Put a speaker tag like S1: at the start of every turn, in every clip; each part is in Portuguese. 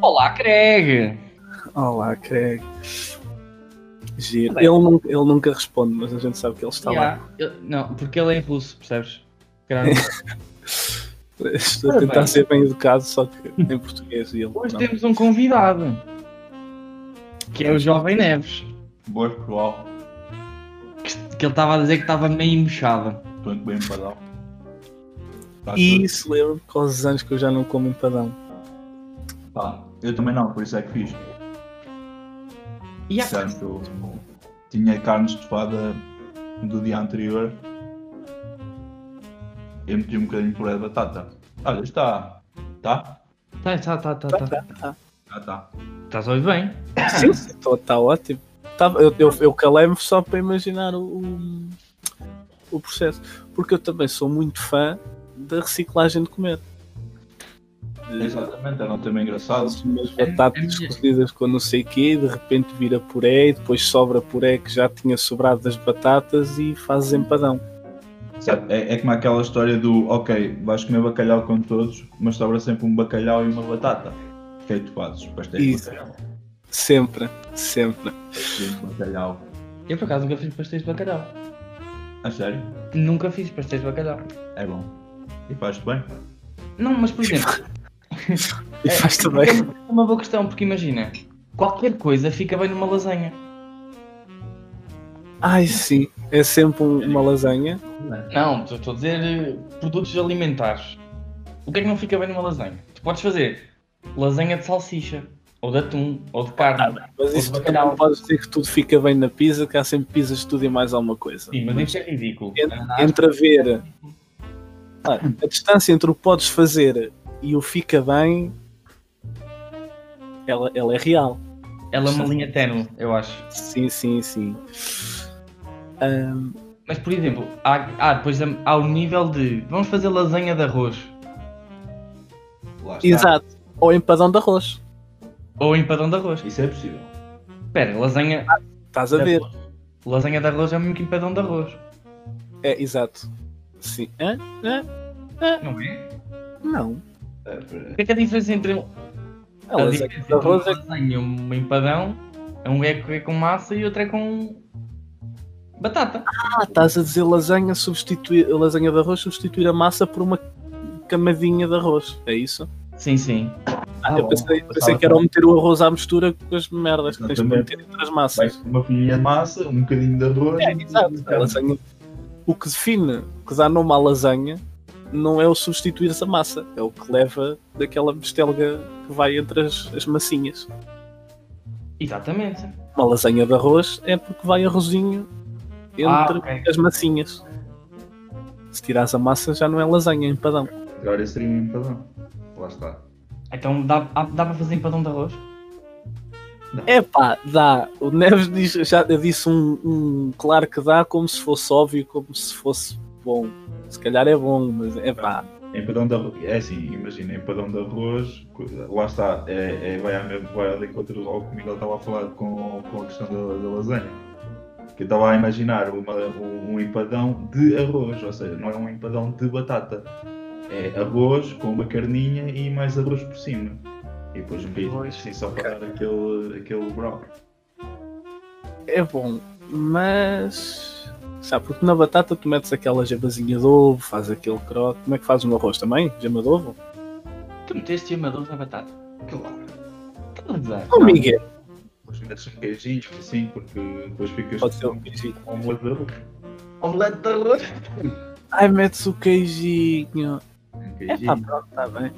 S1: Olá, Craig!
S2: Olá, Craig. Giro. Ele, nun- ele nunca responde, mas a gente sabe que ele está lá.
S1: Yeah, eu- não, porque ele é russo, percebes? Caralho.
S2: Estou a
S1: Ora
S2: tentar
S1: bem.
S2: ser bem educado, só que em português e ele
S1: Hoje
S2: não.
S1: temos um convidado, que é o Jovem Neves,
S3: Boa pessoal,
S1: que, que ele estava a dizer que estava meio embuchado.
S3: estou bem empadão. Tá
S2: E se lembra por causa dos anos que eu já não como um empadão.
S3: tudo. Pá, Ah, eu também não, por isso é que fiz.
S1: E há-
S3: Portanto, tinha carne estufada do dia anterior e meti um bocadinho de puré de batata. Olha, está. Está?
S1: Tá, tá, tá, tá, tá.
S3: Já está.
S1: Estás a ouvir bem?
S2: Sim, sim, está ótimo. Tá- eu eu, eu calei-me só para imaginar o, o- o processo. Porque eu também sou muito fã da reciclagem de comer. De-
S3: Exatamente, era um tema engraçado.
S2: Fazes umas
S1: É-
S2: batatas
S1: é minha-
S2: cozidas com não sei quê, de repente vira puré e depois sobra puré que já tinha sobrado das batatas e fazes empadão.
S3: Sabe, É, é como aquela história do, ok, vais comer bacalhau com todos, mas sobra sempre um bacalhau e uma batata. O que é que tu fazes? Pastéis de
S2: Isso.
S3: bacalhau.
S2: Sempre, sempre.
S3: Pastéis de bacalhau.
S1: Eu por acaso nunca fiz pastéis de bacalhau.
S3: A sério?
S1: Nunca fiz pastéis de bacalhau.
S3: É bom. E faz-te bem.
S1: Não, mas por exemplo,
S2: E
S1: É,
S2: faz também.
S1: é uma boa questão, porque imagina, qualquer coisa fica bem numa lasanha.
S2: Ai sim, é sempre um- uma lasanha.
S1: Não, estou- estou a dizer eh, produtos alimentares. O que é que não fica bem numa lasanha? Tu podes fazer lasanha de salsicha, ou de atum, ou de carne.
S2: Mas
S1: Ou
S2: isso
S1: de
S2: também não
S1: bacalhau.
S2: podes dizer que tudo fica bem na pizza, que há sempre pizzas de tudo e mais alguma coisa.
S1: Sim, mas isso é ridículo.
S2: Entre, entre haver Ah, a distância entre o podes fazer e o fica bem, ela, ela é real.
S1: Ela é uma linha ténue, eu acho.
S2: Sim, sim, sim.
S1: Mas, por exemplo, há, há depois há- há o nível de vamos fazer lasanha de arroz,
S3: Lá está.
S2: Exato. Ou empadão de arroz.
S1: ou empadão de arroz.
S3: Isso é possível.
S1: Espera, lasanha,
S2: Estás a ver?
S1: lasanha de arroz é o mesmo que empadão de arroz,
S2: É, exato. Sim. Hã? Hã?
S1: não é?
S2: Não.
S3: É, pera-
S1: O que é que é a diferença entre um-
S2: A
S1: a
S2: lasanha
S1: diferença
S2: de
S1: entre uma
S2: arroz é
S1: lasanha e um empadão? é Um é que é com massa e outro é com batata.
S2: Ah, estás a dizer lasanha substituir a lasanha de arroz substituir a massa por uma camadinha de arroz. É isso?
S1: Sim, sim.
S2: Ah, eu
S3: bom.
S2: pensei, pensei
S3: Passava
S2: que era
S3: também.
S2: meter o arroz à mistura com as merdas que tens de
S3: Exatamente.
S2: meter entre as massas.
S3: Vai uma folhinha de massa, um bocadinho de arroz. um
S2: É, exato. A lasanha- O que define, o que dá nome à lasanha, não é o substituir essa massa, é o que leva daquela bestelga que vai entre as, as massinhas.
S1: Exatamente.
S2: Uma lasanha de arroz é porque vai arrozinho entre
S1: Ah, ok.
S2: as massinhas. Se tirares a massa já não é lasanha, é empadão.
S3: Agora seria um empadão. Lá está.
S1: Então dá, há- dá para fazer empadão de arroz?
S2: Epá, dá. O Neves diz, já disse um, um claro que dá, como se fosse óbvio, como se fosse bom. Se calhar é bom, mas é pá.
S3: Empadão de arroz. É assim, imagina, empadão de arroz. co- Lá está. É, é- vai, ao mesmo, vai ao encontro ao que o Miguel estava a falar com, com a questão da, da lasanha. Que eu estava a imaginar uma- um, um empadão de arroz, ou seja, não é um empadão de batata. É arroz com uma carninha e mais arroz por cima. E depois um bicho,
S1: Arroz.
S3: assim, só para dar aquele, aquele broco.
S2: É bom, mas. Sabe, porque na batata tu metes aquela gebazinha de ovo, faz aquele croque. Como é que fazes no arroz também? Gema de ovo?
S1: Tu meteste uma doce na batata.
S3: Claro.
S1: Estás a gozar?
S2: Oh, Miguel!
S3: Depois metes um queijinho assim, porque depois ficas
S2: Pode ser um
S3: com
S2: queijinho.
S3: um molho de arroz.
S1: Omelete de arroz?
S2: Ai, metes o queijinho.
S3: Um
S2: É pá,
S3: queijinho.
S2: pronto, está bem.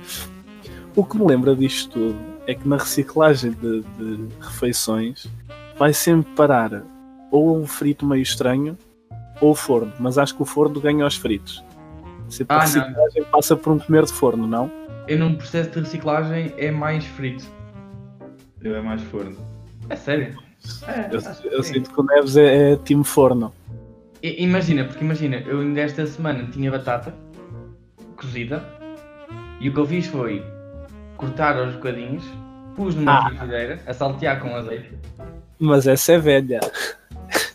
S2: O que me lembra disto tudo é que na reciclagem de, de refeições vai sempre parar ou um frito meio estranho ou o forno, mas acho que o forno ganha aos fritos. Sempre
S1: Ah,
S2: a
S1: não.
S2: reciclagem passa por um comer de forno, não?
S1: Eu num processo de reciclagem é mais frito.
S3: Eu é mais forno.
S1: É sério? É,
S2: Eu,
S1: Ah,
S2: eu sinto que o Neves é, é time forno.
S1: I- Imagina, porque imagina, eu ainda esta semana tinha batata cozida e o que eu fiz foi cortar aos bocadinhos, pus numa
S2: Ah.
S1: frigideira, a saltear com azeite,
S2: Mas essa é velha.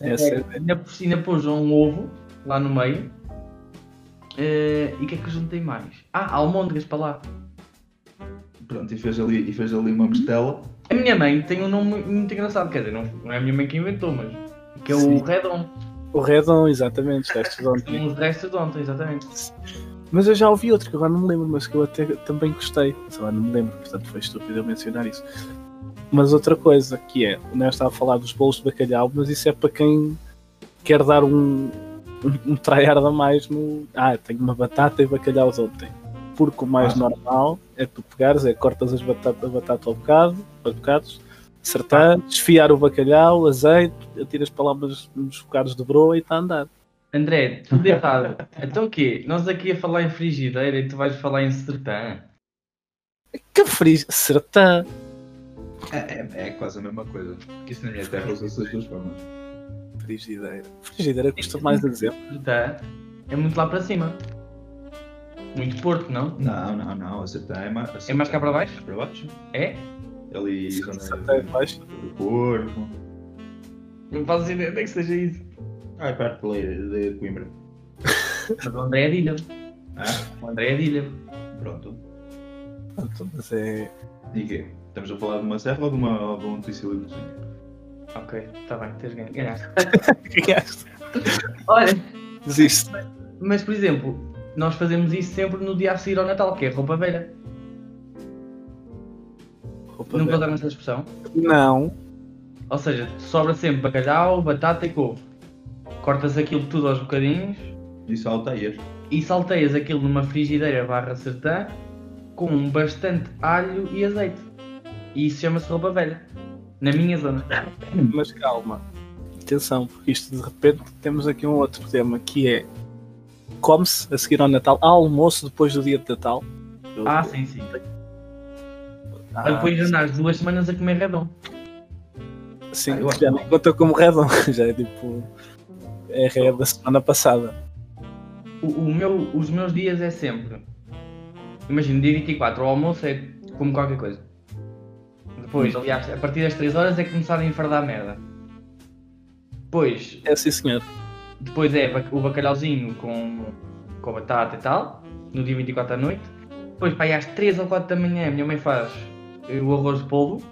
S2: Essa é velha.
S1: ainda, ainda pus um ovo lá no meio Eh, e o que é que eu juntei mais? Ah, almôndegas para lá.
S3: Pronto, e fez ali, e fez ali uma mistela.
S1: A minha mãe tem um nome muito engraçado, quer dizer, não, não é a minha mãe que inventou, mas que é o
S2: Sim.
S1: Redon.
S2: O Redon, exatamente, os testes de ontem.
S1: São os restos de ontem, exatamente.
S2: Mas eu já ouvi outro que agora não me lembro, mas que eu até também gostei. Sei lá, não me lembro, portanto foi estúpido eu mencionar isso. Mas outra coisa que é, o Nel estava a falar dos bolos de bacalhau, mas isso é para quem quer dar um, um, um tryhard a mais no. Ah, tenho uma batata e bacalhau de ontem. Porque o mais
S3: Ah.
S2: normal é tu pegares, é cortas as batata, a batata ao bocado, a bocados, acertar, desfiar o bacalhau, azeite, atiras para lá umas- uns bocados de broa e está a andar.
S1: André, tudo errado. então o quê? Nós aqui a falar em frigideira e tu vais falar em sertã.
S2: Que fris, acertar!
S3: É, é- é quase a mesma coisa. Porque é isso na minha terra usa-se as duas formas.
S2: Frigideira. Frigideira custa mais a dizer.
S1: Sertã é muito lá para cima. Muito Porto, não?
S3: Não, não, não. A Sertã é mais. a Sertã
S1: mais cá para baixo?
S3: mais Para baixo.
S1: É?
S3: Ali,
S2: Acertar é
S3: zona
S2: baixo.
S3: do Corvo.
S1: Não faço ideia onde é que seja isso.
S3: Ah, é perto de, de Coimbra.
S1: Mas o André é de Ilha.
S3: Ah,
S1: O André é de Ilha.
S3: pronto.
S2: Pronto, Mas é.
S3: E quê? Estamos a falar de uma serra ou de, uma, ou de um utensílio de cozinha?
S1: Ok, está bem, tens ganho. ganhaste.
S3: é
S2: Ganhaste.
S1: Olha,
S2: Desiste.
S1: mas por exemplo, nós fazemos isso sempre no dia a seguir ao Natal, que é roupa velha.
S2: Roupa
S1: Nunca
S2: velha.
S1: usaram essa expressão?
S2: Não.
S1: Ou seja, sobra sempre bacalhau, batata e couve. Cortas aquilo tudo aos bocadinhos
S3: E salteias.
S1: e salteias aquilo numa frigideira barra sertã com bastante alho e azeite. E isso chama-se roupa velha. Na minha zona.
S2: Mas calma. Atenção, porque isto de repente temos aqui um outro tema que é. Come-se a seguir ao Natal, há almoço depois do dia de Natal. Eu-
S1: Ah, sim, sim.
S2: Ah,
S1: Para depois andares duas semanas a comer redom.
S2: Sim,
S3: Ah, eu acho
S2: já
S3: que
S2: não conta como redon. Já é tipo. É ré da semana passada.
S1: O, o meu- os meus dias é sempre. Imagina, dia 24, o almoço é como qualquer coisa. Depois, aliás, a partir das 3 horas é que começar a enfardar merda. Depois,
S2: É sim, senhor.
S1: Depois é bac- o bacalhauzinho com, com batata e tal, no dia 24 à noite. Depois, pá, aí às 3 ou 4 da manhã, a minha mãe faz eh, o arroz de polvo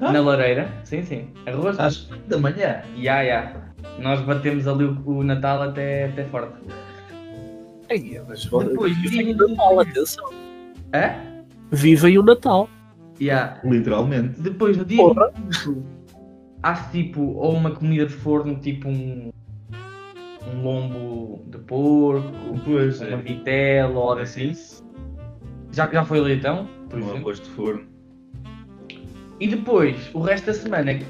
S3: Ah.
S1: na lareira. Sim, sim. Arroz.
S3: Às 5 da manhã.
S1: Ya, ya. Nós batemos ali o, o Natal até, até forte.
S2: Ei, mas
S1: Depois,
S2: Viva
S1: vindo-
S2: o Natal, atenção.
S1: Hã?
S2: Viva aí o Natal.
S1: Ya.
S3: Literalmente.
S1: Depois, no dia
S2: Porra.
S1: 25, há tipo, ou uma comida de forno, tipo um, um lombo de porco,
S3: Pois
S1: uma
S3: é.
S1: vitela ou algo assim. Já, já foi leitão, por
S3: Um
S1: exemplo.
S3: arroz de forno.
S1: E depois, o resto da semana, é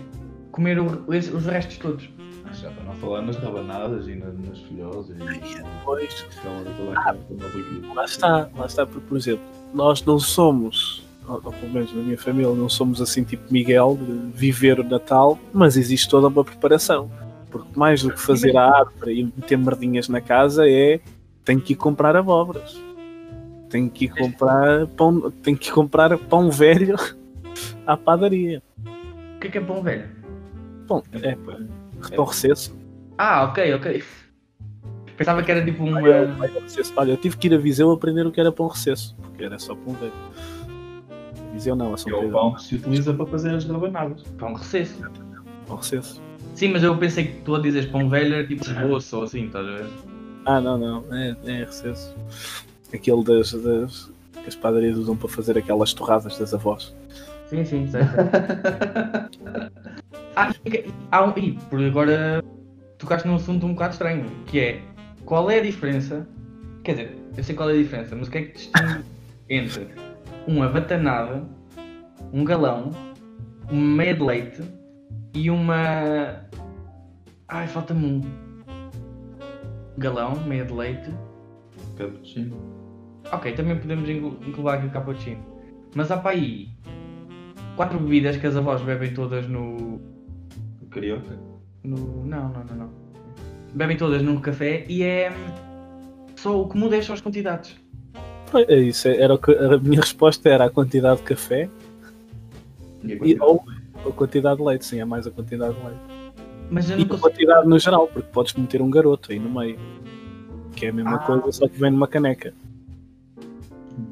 S1: comer o- esse- os restos todos.
S3: Ah, Já para não falar nas rabanadas e nas, nas filhosas. E...
S2: Pois.
S3: Aquela, aquela, aquela, aquela-
S2: Lá está, lá está, porque, por exemplo, nós não somos, ou, ou pelo menos na minha família, não somos assim tipo Miguel, de viver o Natal, mas existe toda uma preparação. Porque mais do que fazer a árvore e meter merdinhas na casa é tenho que ir comprar abóboras. Tenho que ir comprar pão, tenho que ir comprar pão velho à padaria.
S1: O que é que é pão velho?
S2: Bom, é pão recesso.
S1: Ah, ok, ok. Pensava que era tipo uma.
S2: Olha, olha, eu tive que ir a Viseu aprender o que era pão recesso, porque era só pão velho. Viseu não, é só
S3: É
S2: pão
S3: o pão que se utiliza para fazer as rabanadas.
S1: pão recesso.
S2: Pão recesso.
S1: Sim, mas eu pensei que tu a dizes pão velho era tipo osso ou assim, estás a ver?
S2: Ah, não, não. É, é recesso. Aquele das, das- que as padarias usam para fazer aquelas torradas das avós.
S1: Sim, sim, sei. sei. há, há um, e por agora tocaste num assunto um bocado estranho, que é qual é a diferença? Quer dizer, eu sei qual é a diferença, mas o que é que distingue entre uma batanada, um galão, uma meia de leite e uma. Ai, falta-me um. Galão, meia de leite.
S3: Cappuccino.
S1: Ok, também podemos englo- englobar aqui o cappuccino. Mas há para aí quatro bebidas que as avós bebem todas no.
S3: Carioca.
S1: no- Não, não, não, não. Bebem todas num café e é. Só o que muda é só as quantidades.
S2: Pois, é Isso era o que, a minha resposta era a quantidade de café
S3: E a
S2: e,
S3: quantidade?
S2: ou a quantidade de leite. Sim, é mais a quantidade de leite.
S1: Mas eu
S2: E
S1: não
S2: a
S1: consigo.
S2: quantidade no geral, porque podes meter um garoto aí no meio. Que que é a mesma
S1: Ah.
S2: coisa, só que vem numa caneca.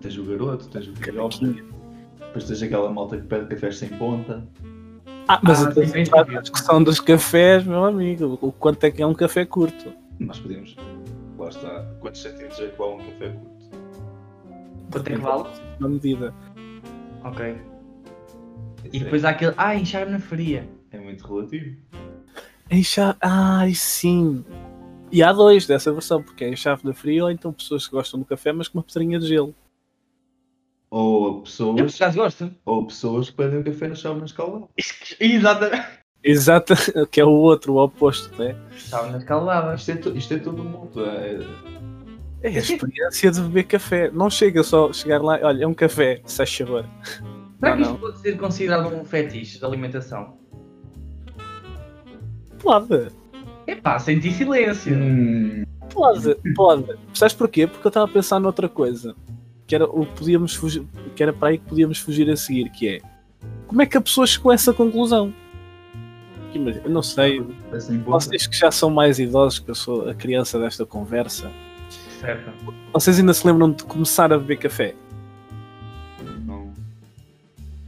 S3: Tens o garoto, tens o carioca,
S2: Canequinha.
S3: depois tens aquela malta que pede cafés sem ponta.
S2: Ah, mas
S1: Ah,
S2: até
S1: sim,
S2: entrar
S1: sim.
S2: na discussão dos cafés, meu amigo, o quanto é que é um café curto?
S3: Nós podemos. Lá está. Quantos centímetros é que vale um café curto?
S1: Quanto é que vale?
S2: Na medida.
S1: Ok.
S3: Isso
S1: E
S3: é-
S1: depois há aquele. Ah, enxar-me na faria.
S3: é muito relativo.
S2: Enxave. Ai, sim. E há dois dessa versão, porque é enxave da fria ou então pessoas que gostam do café, mas com uma pedrinha de gelo.
S3: Ou
S1: Eu
S3: pessoas,
S1: já gosto.
S3: ou pessoas que pedem o café na chave na escalada.
S1: Exatamente.
S2: Exato, que é o outro, o oposto, né?
S1: Estava nas caldadas.
S3: Isto é, to- isto é todo o mundo. É, é-
S2: É a experiência de beber café. Não chega só chegar lá, olha, é um café, se faz favor.
S1: Será que
S2: Não,
S1: isto pode ser considerado um fetiche de alimentação?
S2: Pode,
S1: Epá, senti silêncio.
S3: Hum,
S2: pode, pode. Sabes porquê? Porque eu estava a pensar noutra coisa. Que era o que podíamos fugir, que era para aí que podíamos fugir a seguir, que é como é que a pessoa chegou a essa conclusão? Que imagina- Eu não sei,
S3: é sem ponta.
S2: vocês que já são mais idosos, que eu sou a criança desta conversa,
S1: Certo.
S2: vocês ainda se lembram de começar a beber café?
S3: Não.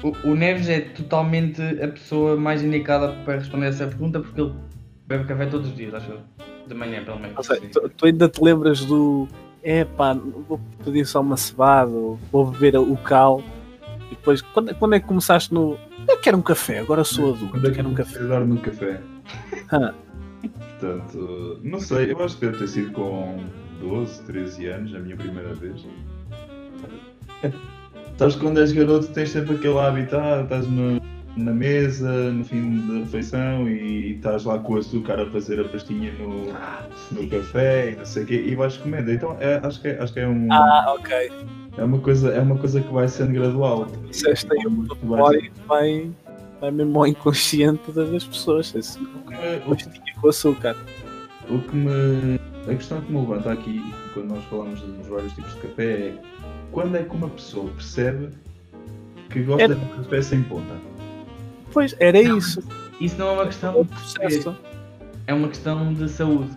S1: O, o Neves é totalmente a pessoa mais indicada para responder essa pergunta porque ele bebe café todos os dias, acho eu. De manhã, pelo menos.
S2: Não sei, tu, tu ainda te lembras do. É pá, vou pedir só uma cevada, ou vou beber o cal. E depois, quando, quando é que começaste no. Eu quero um café, agora sou adulto,
S3: Quando é que
S2: quero um
S3: eu
S2: café.
S3: fui dar no café?
S2: Ah.
S3: Portanto, não sei, eu acho que deve ter sido com 12, 13 anos, a minha primeira vez. Sabes que quando és garoto tens sempre aquele hábito, ah, estás no- na mesa, no fim da refeição e estás lá com o açúcar a fazer a pastinha no, no café e não sei o quê, e vais comendo. Então é- acho, que, é- acho que é um.
S2: Ah, ok.
S3: É uma coisa, é uma coisa que vai sendo gradual.
S2: Disseste aí um uma
S3: Vai-
S2: memória que vai, vai mesmo ao inconsciente da- das pessoas. é assim, Esse,
S3: O que,
S2: pastinha com açúcar.
S3: o que me. A questão que me levanta aqui, quando nós falamos dos vários tipos de café, é quando é que uma pessoa percebe que gosta
S2: É-
S3: de um café sem ponta?
S2: Pois, era isso.
S1: Isso não é uma questão
S2: É o processo.
S1: é uma questão de saúde.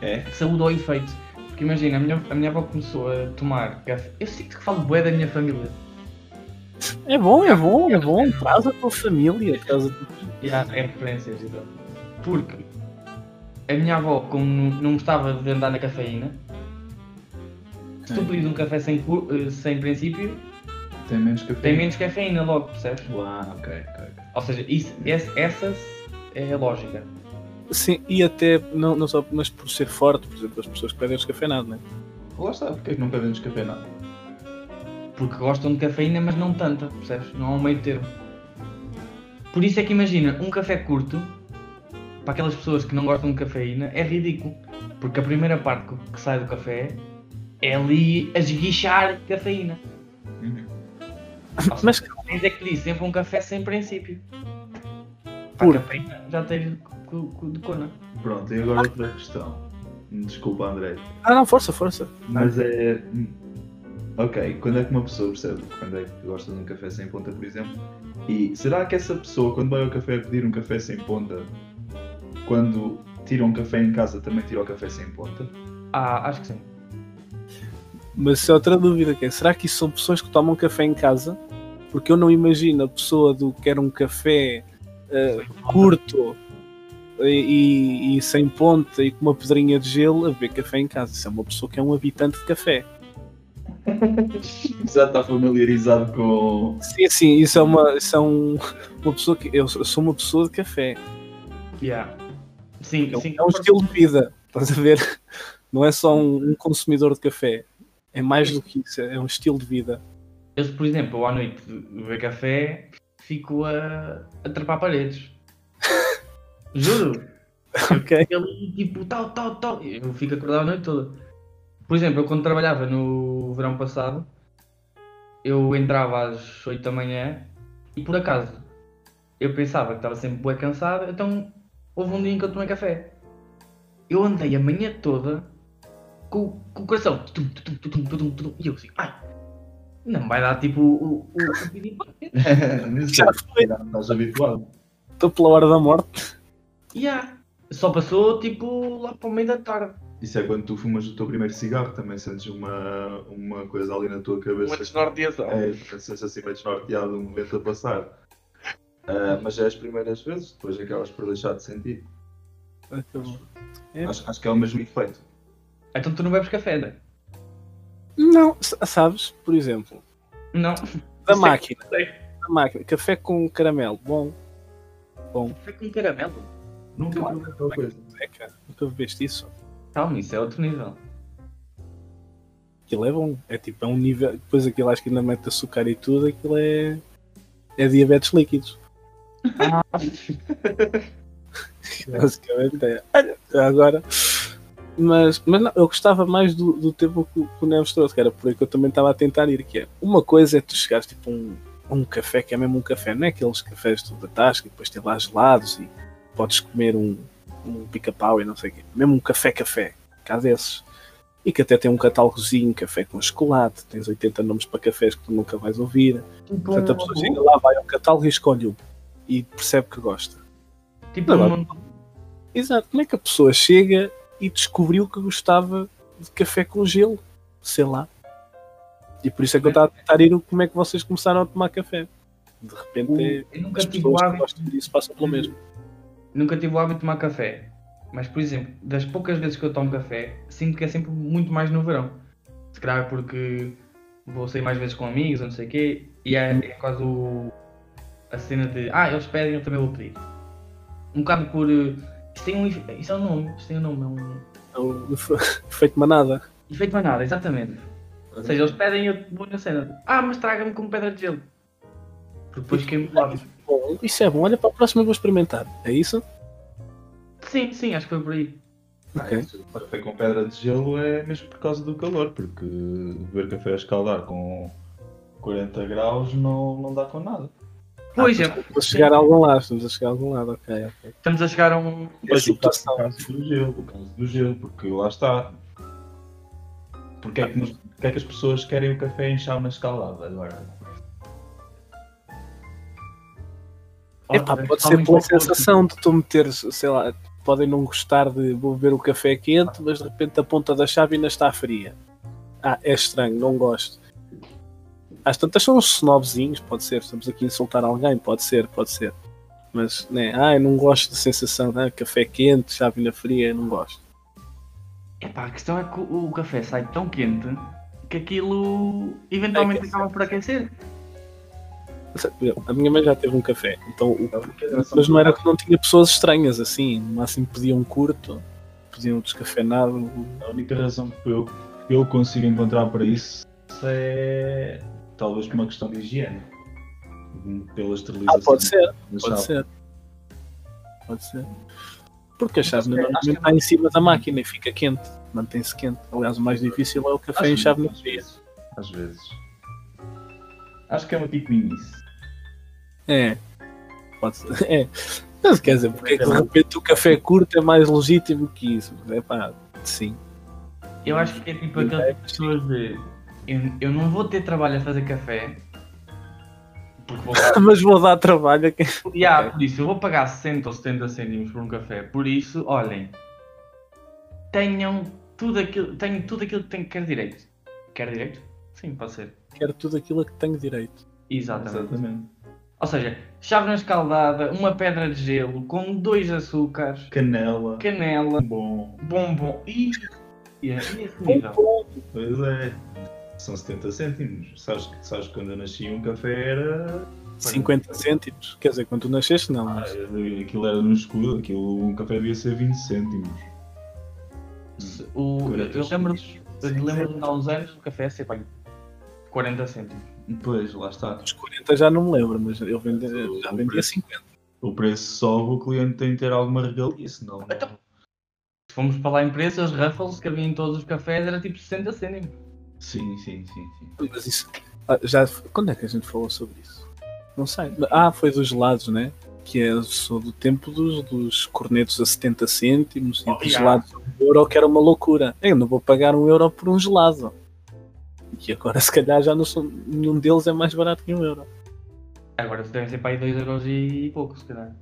S3: É?
S1: De saúde ou efeito. Porque imagina, a minha, a minha avó começou a tomar café. Eu sinto que falo bué da minha família.
S2: É bom, é bom, é bom. Traz a tua família. Traz a...
S1: E há referências e tal. Porque a minha avó, como não- não gostava de andar na cafeína, se tu pedires um café sem, cu- eh, sem princípio,
S3: Tem menos café?
S1: tem menos cafeína logo, percebes?
S3: Ah, ok, ok.
S1: Ou seja, isso, esse- essa é a lógica.
S2: Sim, e até, não, não só, mas por ser forte, por exemplo, as pessoas que pedem descafeinado, não é?
S3: Lá está, porque é que nunca vemos café nada?
S1: Porque gostam de cafeína, mas não tanta, percebes? Não há um meio termo. Por isso é que imagina, um café curto, para aquelas pessoas que não gostam de cafeína, é ridículo. Porque a primeira parte que- que sai do café é ali a esguichar cafeína. Uhum. Ou seja,
S2: Mas
S1: Tens é que pedir sempre um café sem princípio. Para
S2: Por-
S1: a cafeína já tens cu- cu de cona.
S3: Pronto, e agora outra questão. Desculpa, André.
S2: Ah, não, força, força.
S3: Mas é. hum, Ok, quando é que uma pessoa percebe quando é que gosta de um café sem ponta, por exemplo? E será que essa pessoa, quando vai ao café pedir um café sem ponta, quando tira um café em casa, também tira o café sem ponta?
S1: Ah, acho que sim.
S2: Mas isso é outra dúvida que é, será que isso são pessoas que tomam café em casa? Porque eu não imagino a pessoa do que quer um café eh, curto e, e- e sem ponta e com uma pedrinha de gelo a beber café em casa. Isso é uma pessoa que é um habitante de café.
S3: Já está familiarizado com.
S2: Sim, sim, isso é uma, isso é um- uma pessoa que. Eu sou eu sou uma pessoa de café.
S1: Yeah. Sim,
S2: É um,
S1: sim.
S2: é um estilo de vida. Estás a ver? Não é só um, um consumidor de café. É mais do que isso, é um estilo de vida.
S1: Eu, se, por exemplo, eu à noite beber café, fico a, a trepar paredes. Juro.
S2: Ok?
S1: Fico ali, tipo, tal, tal, tal. Eu fico acordado a noite toda. Por exemplo, eu quando trabalhava no verão passado, eu entrava às 8 da manhã e por acaso eu pensava que estava sempre bué cansado, então houve um dia em que eu tomei café. Eu andei a manhã toda com, com o coração. Tum, tum, tum, tum, tum, tum, tum, e eu assim, ai, não vai dar tipo o. o, o pedido.
S3: Não sei,
S2: Já foi.
S3: não Estás habituado.
S2: Estou pela hora da morte.
S1: Yeah. Só passou tipo lá para o meio da tarde.
S3: Isso é quando tu fumas o teu primeiro cigarro, também sentes uma, uma coisa ali na tua
S4: Uma
S3: cabeça.
S4: desnorteação.
S3: É, sentes assim meio desnorteado um momento a passar. Ah, mas é as primeiras vezes, depois acabas por deixar de sentir.
S2: Acabou.
S3: Acho, acho que é o mesmo efeito.
S1: Então tu não bebes café, né?
S2: Não, s- sabes, por exemplo,
S1: Não.
S2: da
S1: Sei,
S2: máquina.
S1: é sei.
S2: Da máquina, café com caramelo, bom.
S1: Café com um caramelo?
S3: Nunca provei tal coisa.
S2: É, cara, nunca bebeste isso?
S1: Calma, isso é outro nível.
S2: Aquilo é bom. É tipo, é um nível. Depois aquilo acho que ainda mete açúcar e tudo, aquilo é. É diabetes líquidos. Basicamente é. Olha, já agora. Mas, mas não, eu gostava mais do, do tempo que, o- que o Neves trouxe, que era por aí que eu também estava a tentar ir, que é uma coisa é tu chegares tipo a um, a um café que é mesmo um café, não é aqueles cafés tudo da tasca e depois tem lá gelados e podes comer um, um pica-pau e não sei o quê. Mesmo um café-café, cá desses. E que até tem um catálogozinho, café com chocolate, tens 80 nomes para cafés que tu nunca vais ouvir.
S1: Tipo
S2: Portanto, a é pessoa chega lá, vai ao catálogo e escolhe um. E percebe que gosta.
S1: Tipo
S2: Não,
S1: um...
S2: Exato, como é que a pessoa chega e descobriu que gostava de café com gelo? Sei lá. E por isso é que eu estava a tentar ir o como é que vocês começaram a tomar café. De repente, é,
S1: Eu nunca
S2: as
S1: tive o
S2: pessoas que
S1: hábito
S2: gostam disso passam pelo mesmo.
S1: Nunca tive o hábito de tomar café. Mas, por exemplo, das poucas vezes que eu tomo café, sinto que é sempre muito mais no verão. Se calhar porque vou sair mais vezes com amigos, ou não sei o quê, e é, é quase o- a cena de ah, eles pedem, eu também vou pedir. Um bocado por. eh, Isso, tem um, efe- isso é um nome, isso tem um nome, é um
S2: Então, efeito manada.
S1: efeito manada, exatamente. Ou seja, eles pedem e eu vou na cena de ah, mas traga-me com pedra de gelo. Porque depois queimo o lábio.
S2: Bom, isso é bom, olha para a próxima eu vou experimentar. É isso?
S1: Sim, sim, acho que foi por aí.
S2: Ok.
S3: Ah, isso, café com pedra de gelo é mesmo por causa do calor, porque beber café a escaldar com 40 graus não, não dá com nada.
S1: Pois é,
S2: Estamos a chegar a algum lado, estamos a chegar a algum lado, ok. ok.
S1: estamos a chegar a um.
S2: Mas
S3: é
S2: o
S3: o caso
S2: passado-
S3: do gelo, o caso do gelo, porque lá está. Porque é que, nos- porque é que as pessoas querem o café em chá na escalada agora?
S2: Epá,
S1: Olha,
S2: pode ser
S1: totalmente
S2: pela
S1: oposto.
S2: sensação de tu meteres, sei lá, podem não gostar de vou beber o café quente, mas de repente a ponta da chave ainda está fria. Ah, é estranho, não gosto. Às tantas são uns snobzinhos, pode ser, estamos aqui a insultar alguém, pode ser, pode ser. Mas, né, ah, eu não gosto da sensação de ah, café quente, chave ainda fria, eu não gosto.
S1: Epá, a questão é que o o café sai tão quente que aquilo eventualmente
S2: Aquece.
S1: acaba por aquecer.
S2: Por exemplo, A minha mãe já teve um café, então o
S3: Mas
S2: Mas não era que não tinha pessoas estranhas assim, no máximo pediam curto, pediam um descafeinado.
S3: A única razão que eu, que eu consigo encontrar para isso é talvez por uma questão de higiene. Pela
S2: Ah,
S3: esterilização.
S2: pode ser,
S3: da
S2: pode
S3: chave.
S2: ser. Pode ser. Porque a chave normalmente está em cima da máquina e fica quente, mantém-se quente. Aliás, o mais difícil é o café em chave no
S3: às
S2: frio.
S3: vezes. Às vezes. Acho que é uma tipo isso.
S2: É. Pode ser. É. Mas quer dizer, porque é que de repente o café curto é mais legítimo que isso? É pá, sim.
S1: Eu acho que é tipo aquelas pessoas de eu, eu não vou ter trabalho a fazer café porque vou
S2: Mas vou dar trabalho a quem.
S1: e há, por isso eu vou pagar 60 ou 70 cêntimos por um café. Por isso, olhem, tenham tudo aquilo, tenho tudo aquilo que tenho, quero direito. Quer direito? Sim, pode ser.
S2: Quero tudo aquilo a que tenho direito.
S1: Exatamente.
S3: Exatamente.
S1: Ou seja, chave na escaldada, uma pedra de gelo com dois açúcares,
S3: Canela. um
S1: canela,
S3: Bom.
S1: bombom e, e, é- e esse nível.
S3: Pois é. São 70 cêntimos. Sabes, que- sabes que quando eu nasci um café era.
S2: 50 cêntimos. Quer dizer, quando tu nasceste, não.
S3: Ah,
S2: Mas...
S3: aquilo era no escuro, aquilo, um café devia ser 20 cêntimos.
S1: Se- O, eu
S3: 40
S1: eu lembro,
S3: cêntimos.
S1: eu lembro de há uns anos o café ser pago 40 cêntimos.
S3: Pois, lá está.
S2: Os 40 já não me lembro, Ah. mas eu vendi,
S3: O-
S2: já
S3: o
S2: vendia
S3: preço.
S2: 50.
S3: O preço sobe, o cliente tem de ter alguma regalia, senão.
S1: Então- Se fomos para lá em preço, as Ruffles que havia em todos os cafés era tipo 60 cêntimos.
S3: Sim, sim, sim. sim.
S2: Mas isso. ah, Já, quando é que a gente falou sobre isso? Não sei. Ah, foi dos gelados, né? Que é sou do tempo dos, dos cornetos a 70 cêntimos e
S1: Oh,
S2: dos
S1: yeah.
S2: gelados a 1 euro, que era uma loucura. Eu não vou pagar um euro por um gelado. E agora, se calhar, já não sou, nenhum deles é mais barato que um euro.
S1: Agora devem ser para aí 2 euros e pouco, se calhar.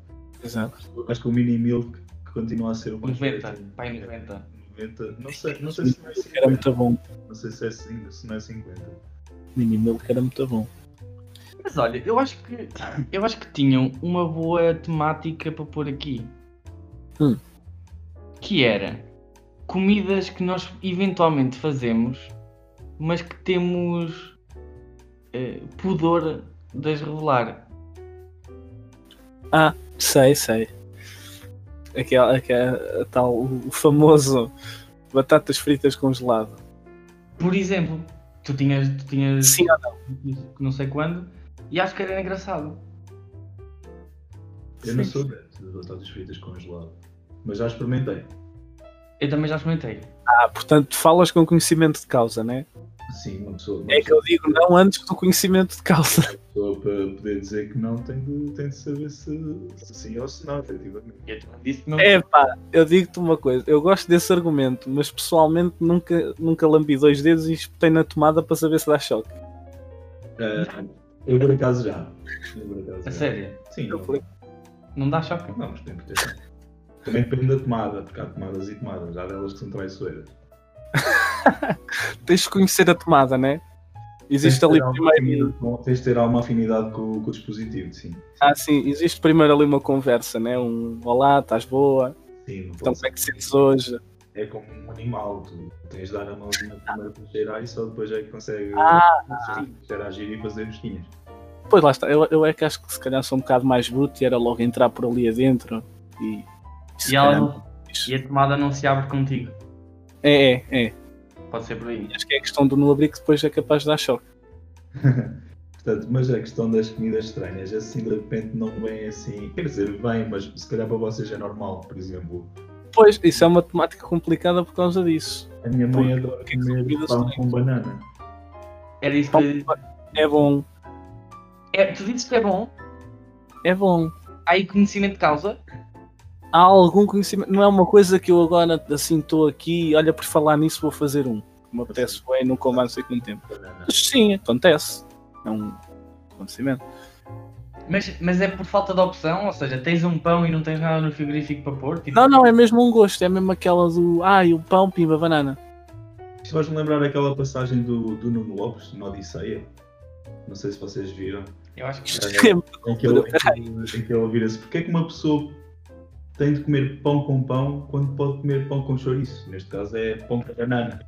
S2: Exato.
S3: Acho que o mini milk continua a ser o mais
S1: 90,
S3: baratinho.
S1: para aí 90.
S3: 50. Não sei, não sei se não é
S2: Era
S3: 50.
S2: muito bom.
S3: Não sei se, é, cin- se não é 50.
S2: Mini Milk era muito bom.
S1: Mas olha, eu acho que eu acho que tinham uma boa temática para pôr aqui.
S2: Hum.
S1: Que era comidas que nós eventualmente fazemos, mas que temos eh, pudor de as revelar.
S2: Sei, sei. Aquela, aquela a tal, o famoso batatas fritas congelado.
S1: Por exemplo, tu tinhas, tu tinhas
S2: Sim, ou não?
S1: não sei quando e acho que era engraçado.
S3: Eu não
S1: Sim.
S3: sou grande de batatas fritas congelado. Mas já experimentei.
S1: Eu também já experimentei.
S2: Ah, portanto, falas com conhecimento de causa, né?
S3: Sim, uma pessoa, uma
S2: É que eu digo
S3: pessoa,
S2: não antes do conhecimento de causa.
S3: pessoa para poder dizer que não tem de, tem de saber se, se sim ou se não, efetivamente.
S1: Eu também disse não.
S2: É pá, eu digo-te uma coisa, eu gosto desse argumento, mas pessoalmente nunca, nunca lambi dois dedos e espetei na tomada para saber se dá choque.
S3: Ah, eu por acaso já. Eu por acaso já.
S1: A sério,
S3: Sim,
S2: Eu por-
S1: não dá choque.
S3: não, mas tem que ter. Também depende da tomada, porque há tomadas e tomadas, há delas que são traiçoeiras.
S2: Tens de conhecer a tomada, né? Existe
S3: É,
S2: ali primeiro.
S3: Tens de ter alguma afinidade com, com o dispositivo, sim.
S2: Ah, sim, existe primeiro ali uma conversa, né? Um olá, estás boa,
S3: Sim, não
S2: então
S3: pode
S2: como é que sentes hoje?
S3: é como um animal, tu tens de dar a mãozinha primeiro para cheirar e só depois é que consegue cheirar, girar e fazer mosquinhas.
S2: Pois lá está, eu, eu é que acho que se calhar sou um bocado mais bruto e era logo entrar por ali adentro e. se
S1: E, ela
S2: calhar
S1: não- e a tomada não se abre contigo.
S2: É, é, é.
S1: Pode ser por aí.
S2: Acho que é a questão do no abrigo que depois é capaz de dar choque.
S3: Portanto, mas a questão das comidas estranhas, assim de repente não vem assim, quer dizer, vem, mas se calhar para vocês é normal, por exemplo.
S2: Pois, isso é uma temática complicada por causa disso.
S3: A minha mãe
S2: Porque-
S3: adora
S2: porque são
S3: comer
S2: comidas
S3: pão
S2: estranhas.
S3: com banana.
S1: Era isso
S2: Pão
S1: que.
S2: É bom,
S1: É, tu dizes que é bom,
S2: é bom.
S1: há aí conhecimento de causa.
S2: há algum conhecimento. Não é uma coisa que eu agora assim estou aqui, olha, por falar nisso vou fazer um. Me apetece bem, não como há não sei quanto tempo.
S3: Banana.
S2: Mas sim, acontece. É um acontecimento.
S1: Mas, mas é por falta de opção, ou seja, tens um pão e não tens nada no frigorífico para pôr. Tipo,
S2: Não, não, é mesmo um gosto, é mesmo aquela do ai, o pão, pimba, banana.
S3: Isto faz-me lembrar aquela passagem do, do Nuno Lopes, na Odisseia. Não sei se vocês viram.
S1: Eu acho que.
S3: Em que ele, em que ele- em que ele vira-se. Porquê é que uma pessoa tem de comer pão com pão quando pode comer pão com chouriço? Neste caso é pão com banana.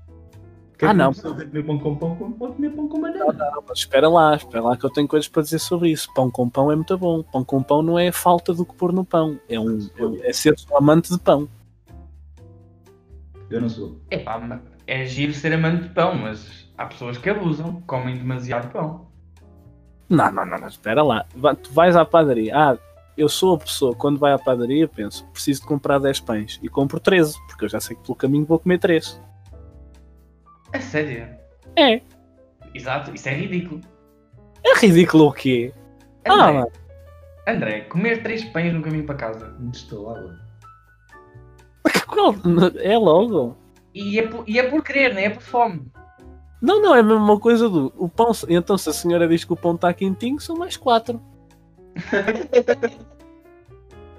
S3: Porquê é
S2: Ah,
S3: que
S2: não.
S3: Uma pessoa tem de comer pão com pão quando pode comer pão com banana.
S2: Não, Então, mas espera lá, espera lá que eu tenho coisas para dizer sobre isso. Pão com pão é muito bom. Pão com pão não é a falta do que pôr no pão. É, um, é ser um amante de pão.
S3: Eu não sou.
S1: É pá, ma- é giro ser amante de pão, mas há pessoas que abusam, comem demasiado pão.
S2: Não, não, não, não, espera lá. Va- Tu vais à padaria. Ah, eu sou a pessoa, quando vai à padaria, penso, preciso de comprar 10 pães. E compro 13, porque eu já sei que pelo caminho vou comer 3.
S1: É sério.
S2: É, é
S1: Exato, isso é ridículo.
S2: ridículo o quê? Ah,
S1: André, André, comer três pães no caminho para casa.
S3: Me destalava.
S2: qual- é logo.
S1: E é por, e é por querer, não é por fome.
S2: Não, não, é a mesma coisa do. O pão. Então, se a senhora diz que o pão está quentinho, são mais 4.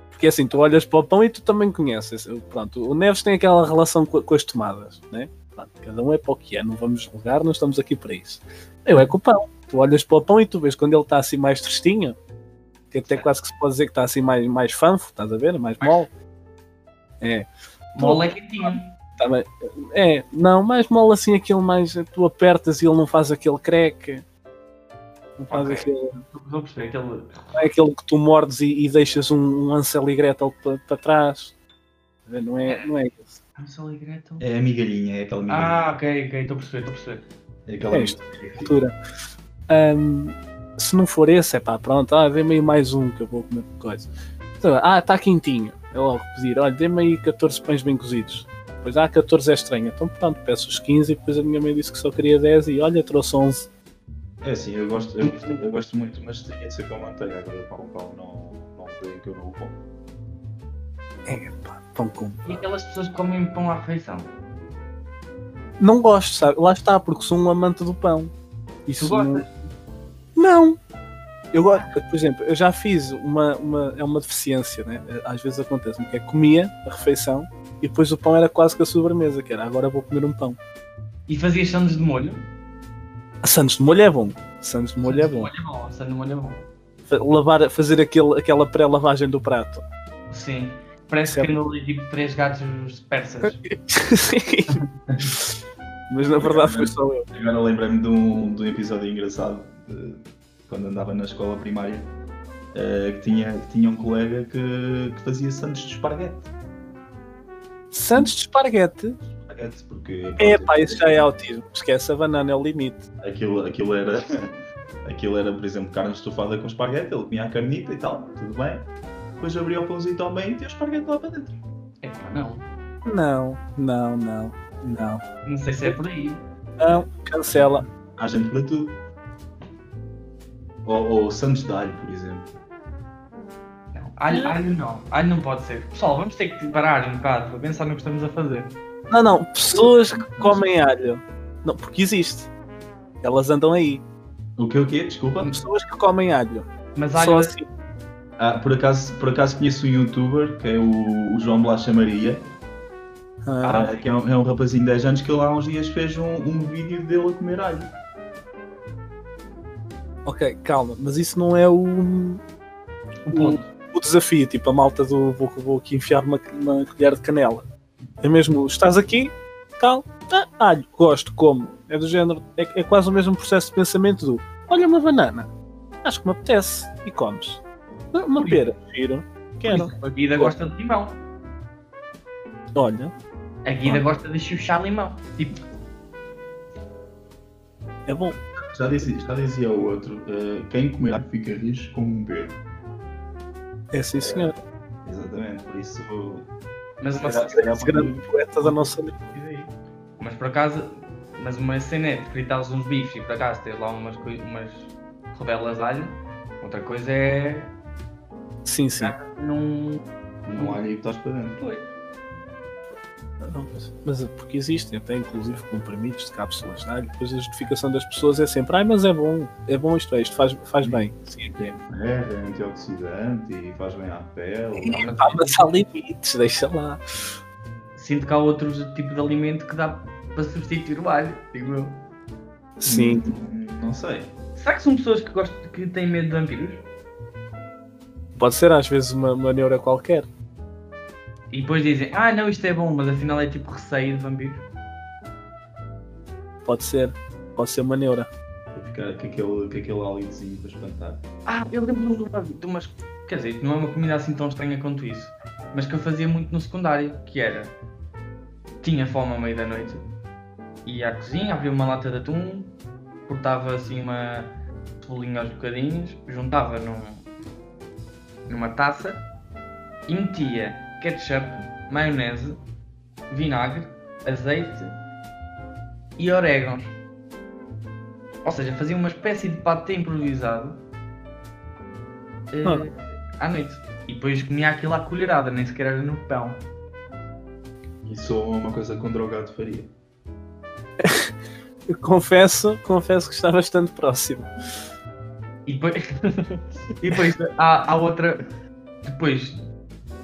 S2: Porque assim, tu olhas para o pão e tu também conheces. Pronto, o Neves tem aquela relação co- com, as tomadas, né? Pronto, cada um é para o que é, não vamos julgar, não estamos aqui para isso. Eu é com o pão. Tu olhas para o pão e tu vês quando ele está assim mais tristinho, que até quase que se pode dizer que está assim mais, mais fanfo, estás a ver? Mais mole. É.
S1: Mole é quentinho.
S2: Tá bem. É, não, mais mola assim aquele mais. Tu apertas e ele não faz aquele creque. Não faz
S1: Ok.
S2: aquele.
S1: Não percebi aquele.
S2: Não é aquele que tu mordes e, e deixas um, um Ansel e Gretel para trás. Não é, não é isso.
S1: Hansel e Gretel.
S3: É a migalhinha, é
S2: Uhum.
S3: aquela migalhinha.
S1: Ah, ok, ok, estou a perceber, estou a perceber.
S3: é aquela
S2: é isto. Cultura. Ahm, se não for esse, é pá, pronto, ah, dê-me aí mais um que eu vou comer coisa. Então, ah, está quentinho. É logo pedir, olha, dê-me aí 14 pães bem cozidos. Pois há ah, 14 é estranho. Então pronto, peço os 15 e depois a minha mãe disse que só queria 10 e olha, trouxe 11.
S3: É assim, eu gosto, eu gosto, eu gosto muito, mas tinha de ser com manteiga. Agora pão com pão não, não tem que eu não como.
S2: Pão com
S1: E aquelas pessoas que comem pão à refeição?
S2: Não gosto, sabe? Lá está, porque sou um amante do pão.
S1: Tu
S2: Isso
S1: gostas?
S2: Não. Eu gosto, por exemplo, eu já fiz uma, uma é uma deficiência, né? Às vezes acontece-me que é comia a refeição E depois o pão era quase que a sobremesa, que era agora vou comer um pão.
S1: E fazias sandes de molho?
S2: Ah, Santos de molho é bom. Santos de molho é bom.
S1: Molho é bom, sandes de molho é bom.
S2: Fa- Lavar, fazer aquele, aquela pré-lavagem do prato.
S1: Sim. Parece
S2: Certo.
S1: que andou ali tipo três gatos persas.
S2: Sim. Mas na verdade foi só eu.
S3: Agora lembrei-me de um, de um episódio engraçado de- quando andava na escola primária eh, que, tinha, que tinha um colega que, que fazia sandes de esparguete.
S2: Santos de esparguete.
S3: Esparguete, Porque,
S2: É
S3: pronto,
S2: pá, isso já é autismo. Esquece a banana, é o limite.
S3: aquilo, aquilo era aquilo era, por exemplo, carne estufada com esparguete, ele comia a carnita e tal, tudo bem. Depois abria o pãozinho ao meio e tinha o esparguete lá para dentro.
S1: É pá, não.
S2: Não, não, não, não.
S1: Não sei se é por aí.
S2: Não, cancela.
S3: Há gente para tudo. Ou, ou sandes de alho, por exemplo.
S1: Não. Alho, alho não. Alho não pode ser. Pessoal, vamos ter que parar um bocado para pensar no que estamos a fazer.
S2: Não, não. Pessoas que comem alho. Não, porque existe. Elas andam aí.
S3: O que é o quê? Desculpa.
S2: Pessoas que comem alho.
S1: Mas
S2: Só
S1: alho, é-
S2: assim.
S3: Ah, por, acaso, por acaso conheço um youtuber, que é o, o João Blacha Maria,
S2: Ah,
S3: ah, que é um, é um rapazinho de 10 anos que ele há uns dias fez um, um vídeo dele a comer alho.
S2: Ah, ok, calma. Mas isso não é o, assim
S1: o um ponto.
S2: o desafio. Tipo, a malta do vou, vou aqui enfiar uma, uma colher de canela. É mesmo, estás aqui, tal, ah, alho, gosto, como. É do género, é, é quase o mesmo processo de pensamento do olha uma banana, acho que me apetece, e comes. Uma- Uma pera, giro, quero.
S1: A Guida gosta de limão.
S2: Olha,
S1: A Guida gosta de chuchar limão. Tipo,
S2: é bom.
S3: Já dizia, já dizia o outro, ah, quem comer alho fica rijo como um bebo.
S2: É sim, senhor.
S3: Exatamente, por isso...
S1: mas é uma,
S3: Será- será
S2: Esse grande poeta da nossa língua.
S1: mas por acaso, mas uma cena é de fritares uns bifes e por acaso tens lá umas, coi- umas rodelas de alho. Outra coisa é
S2: Sim, sim.
S1: Ah. num.
S3: Não há um alho e estás para dentro.
S2: Não, mas- Mas é porque existem, até inclusive comprimidos de cápsulas de alho. Depois a justificação das pessoas é sempre, ai, mas é bom, é bom isto, é, isto faz, faz bem. Sim, é que é.
S3: É, é antioxidante e faz bem à pele.
S1: Não, mas-
S2: Pá, "Ah, mas há limites, deixa lá.
S1: Sinto que há outro tipo de alimento que dá para substituir o alho, digo eu.
S2: Sim.
S3: Hum, Não sei.
S1: Será que são pessoas que, gostam, que têm medo de vampiros?
S2: Pode ser às vezes uma, uma neura qualquer.
S1: E depois dizem, ah não, isto é bom, mas afinal é tipo receio de vampiros.
S2: Pode ser. Pode ser uma neura.
S3: Para ficar com aquele, com aquele óleozinho para espantar.
S1: Ah, eu lembro-me de, uma- de umas. Quer dizer, não é uma comida assim tão estranha quanto isso. Mas que eu fazia muito no secundário, que era. Tinha fome à meia da noite. Ia à cozinha, abria uma lata de atum, cortava assim uma cebolinha aos bocadinhos, juntava num, numa taça e metia ketchup, maionese, vinagre, azeite e orégãos. Ou seja, fazia uma espécie de patê improvisado eh, à noite. E depois comia aquilo à colherada, nem sequer era no pão.
S3: Isso é uma coisa que um drogado faria.
S2: Eu confesso, confesso que está bastante próximo.
S1: E depois, e depois há, há outra. Depois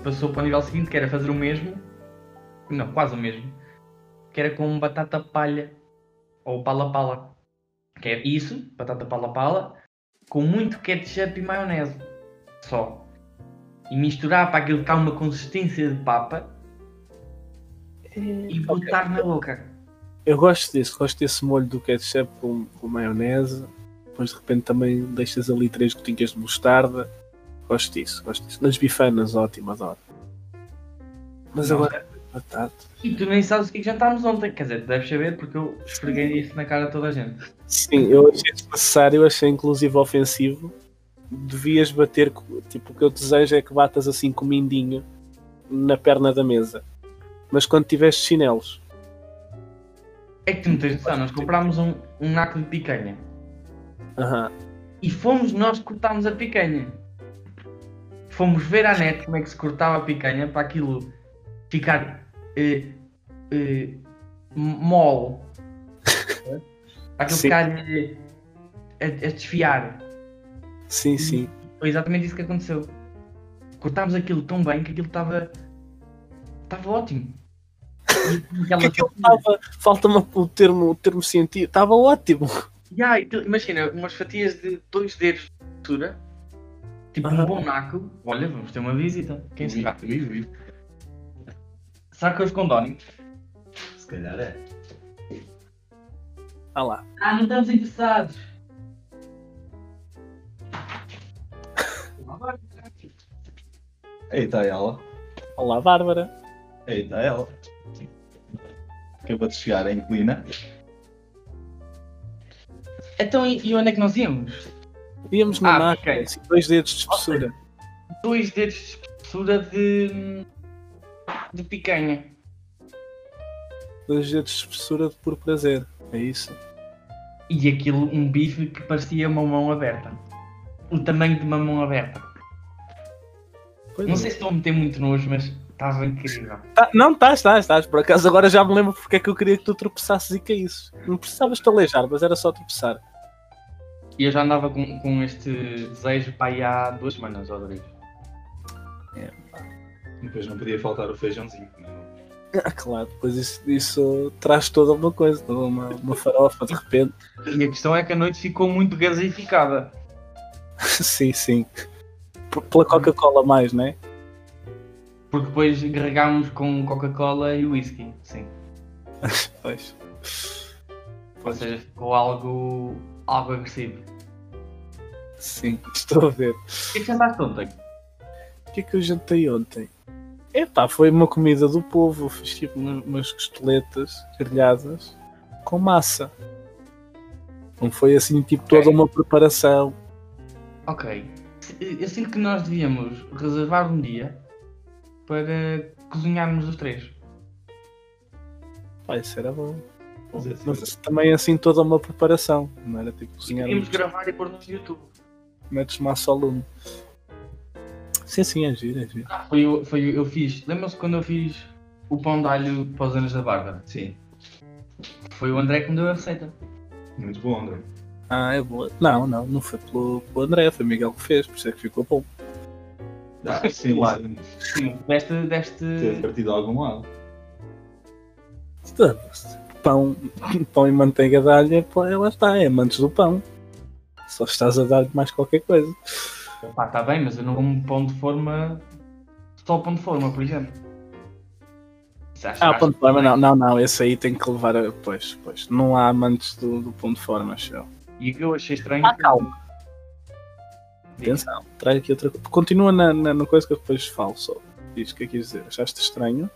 S1: passou para o nível seguinte, que era fazer o mesmo. Não, quase o mesmo. Que era com batata palha. Ou pala-pala. Que é isso, batata pala-pala, com muito ketchup e maionese. Só. E misturar para aquilo ficar uma consistência de papa e botar na boca.
S2: Eu gosto desse, gosto desse molho do ketchup com, com maionese. Depois de repente também deixas ali três gotinhas de mostarda. Gosto disso, gosto disso. Nas bifanas, ótimo, adoro. Mas
S1: Não,
S2: agora, batata.
S1: E tu nem sabes o que é que jantámos ontem. Quer dizer, deves saber porque eu esfreguei isso na cara de toda a gente.
S2: Sim, eu achei desnecessário, achei inclusive ofensivo. Devias bater, co- tipo, o que eu desejo é que batas assim com o mindinho na perna da mesa. Mas quando tiveste chinelos,
S1: É que tu não tens noção, nós comprámos um, um naco de picanha
S2: aham,
S1: e fomos nós que cortámos a picanha. Fomos ver à net como é que se cortava a picanha para aquilo ficar eh, eh, mole. Para aquilo
S2: Sim.
S1: ficar eh, a, a desfiar.
S2: sim, sim.
S1: Foi exatamente isso que aconteceu. Cortámos aquilo tão bem que aquilo estava. estava ótimo. Aquela-
S2: que aquilo estava. Falta-me o termo, o termo científico. Estava ótimo.
S1: Ya, e tu- imagina, umas fatias de dois dedos de altura, tipo
S2: Aham.
S1: um bom naco. Olha, vamos ter uma visita. Quem
S3: Vi-
S1: será?
S3: vi- vi.
S1: Será que é os condónimos?
S3: Se calhar é.
S2: Ah lá.
S1: Ah, não estamos interessados.
S3: Aí está ela.
S2: Olá, Bárbara.
S3: Aí está ela. Acabou de chegar a inclina.
S1: Então, e, e onde é que nós íamos?
S2: Íamos na
S1: Ah,
S2: máquina,
S1: ok.
S2: assim, dois dedos de espessura.
S1: Dois dedos de espessura de. de picanha.
S2: Dois dedos de espessura de por prazer. É isso.
S1: E aquilo, um bife que parecia uma mão aberta. O tamanho de uma mão aberta.
S2: Pois
S1: Não
S2: é.
S1: sei se estou a meter muito nojo, mas estava incrível.
S2: Tá- não, estás, estás, estás. Por acaso agora já me lembro porque é que eu queria que tu tropeçasses e caísses. Não precisavas talejar, mas era só tropeçar.
S1: E eu já andava com, com este desejo para aí há duas semanas, ó Rodrigo.
S3: Depois não podia faltar o feijãozinho. não. é?
S2: Ah, claro, depois isso, isso traz toda uma coisa, toda uma, uma farofa de repente.
S1: E a questão é que a noite ficou muito gasificada.
S2: sim, sim. P- pela
S1: Uhum.
S2: Coca-Cola mais, né?
S1: Porque depois gregámos com Coca-Cola e whisky, sim.
S2: Pois.
S1: Ou
S2: Pois,
S1: seja, ficou algo, algo agressivo.
S2: sim, estou a ver.
S1: O que é que jantaste ontem?
S2: O que é que eu jantei ontem? Epá, foi uma comida do povo. Fiz tipo um- umas costeletas grelhadas com massa. Não foi assim, tipo, toda
S1: Ok.
S2: uma preparação.
S1: Ok. Eu sinto que nós devíamos reservar um dia para cozinharmos os três.
S2: Vai, isso era bom.
S3: Mas é assim,
S2: Mas isso também é assim, toda uma preparação. Não era tipo cozinhar.
S1: Podíamos gravar e pôr no YouTube.
S2: metes massa ao lume. Sim, sim, é giro, é giro.
S1: Ah, foi, o- foi, o- eu fiz. Lembram-se quando eu fiz o pão de alho para os anos da Bárbara?
S3: Sim,
S1: Foi o André que me deu a receita.
S3: muito bom, André.
S2: Ah, é boa. Não, não, não foi pelo, pelo André, foi o Miguel que fez, por isso é que ficou bom.
S3: Ah, sim,
S1: Claro.
S3: sim.
S1: Sim, deste. deste...
S3: Ter partido a algum lado.
S2: Pão, pão e manteiga de alho, é pá, lá está, é amantes do pão. Só estás a dar mais qualquer coisa.
S1: Pá, está bem, mas eu não como pão de forma. Só pão de forma, por exemplo. Isso acho-
S2: Ah,
S1: acho
S2: pão de
S1: que-
S2: forma, não, não, não, esse aí tem que levar a. Pois, pois. Não há amantes do, do pão de forma, acho eu.
S1: E o que eu achei estranho.
S2: Ah, calma. Atenção, traz aqui outra coisa. Continua na, na, na coisa que eu depois falo só. Diz o que é que quis dizer. Achaste estranho?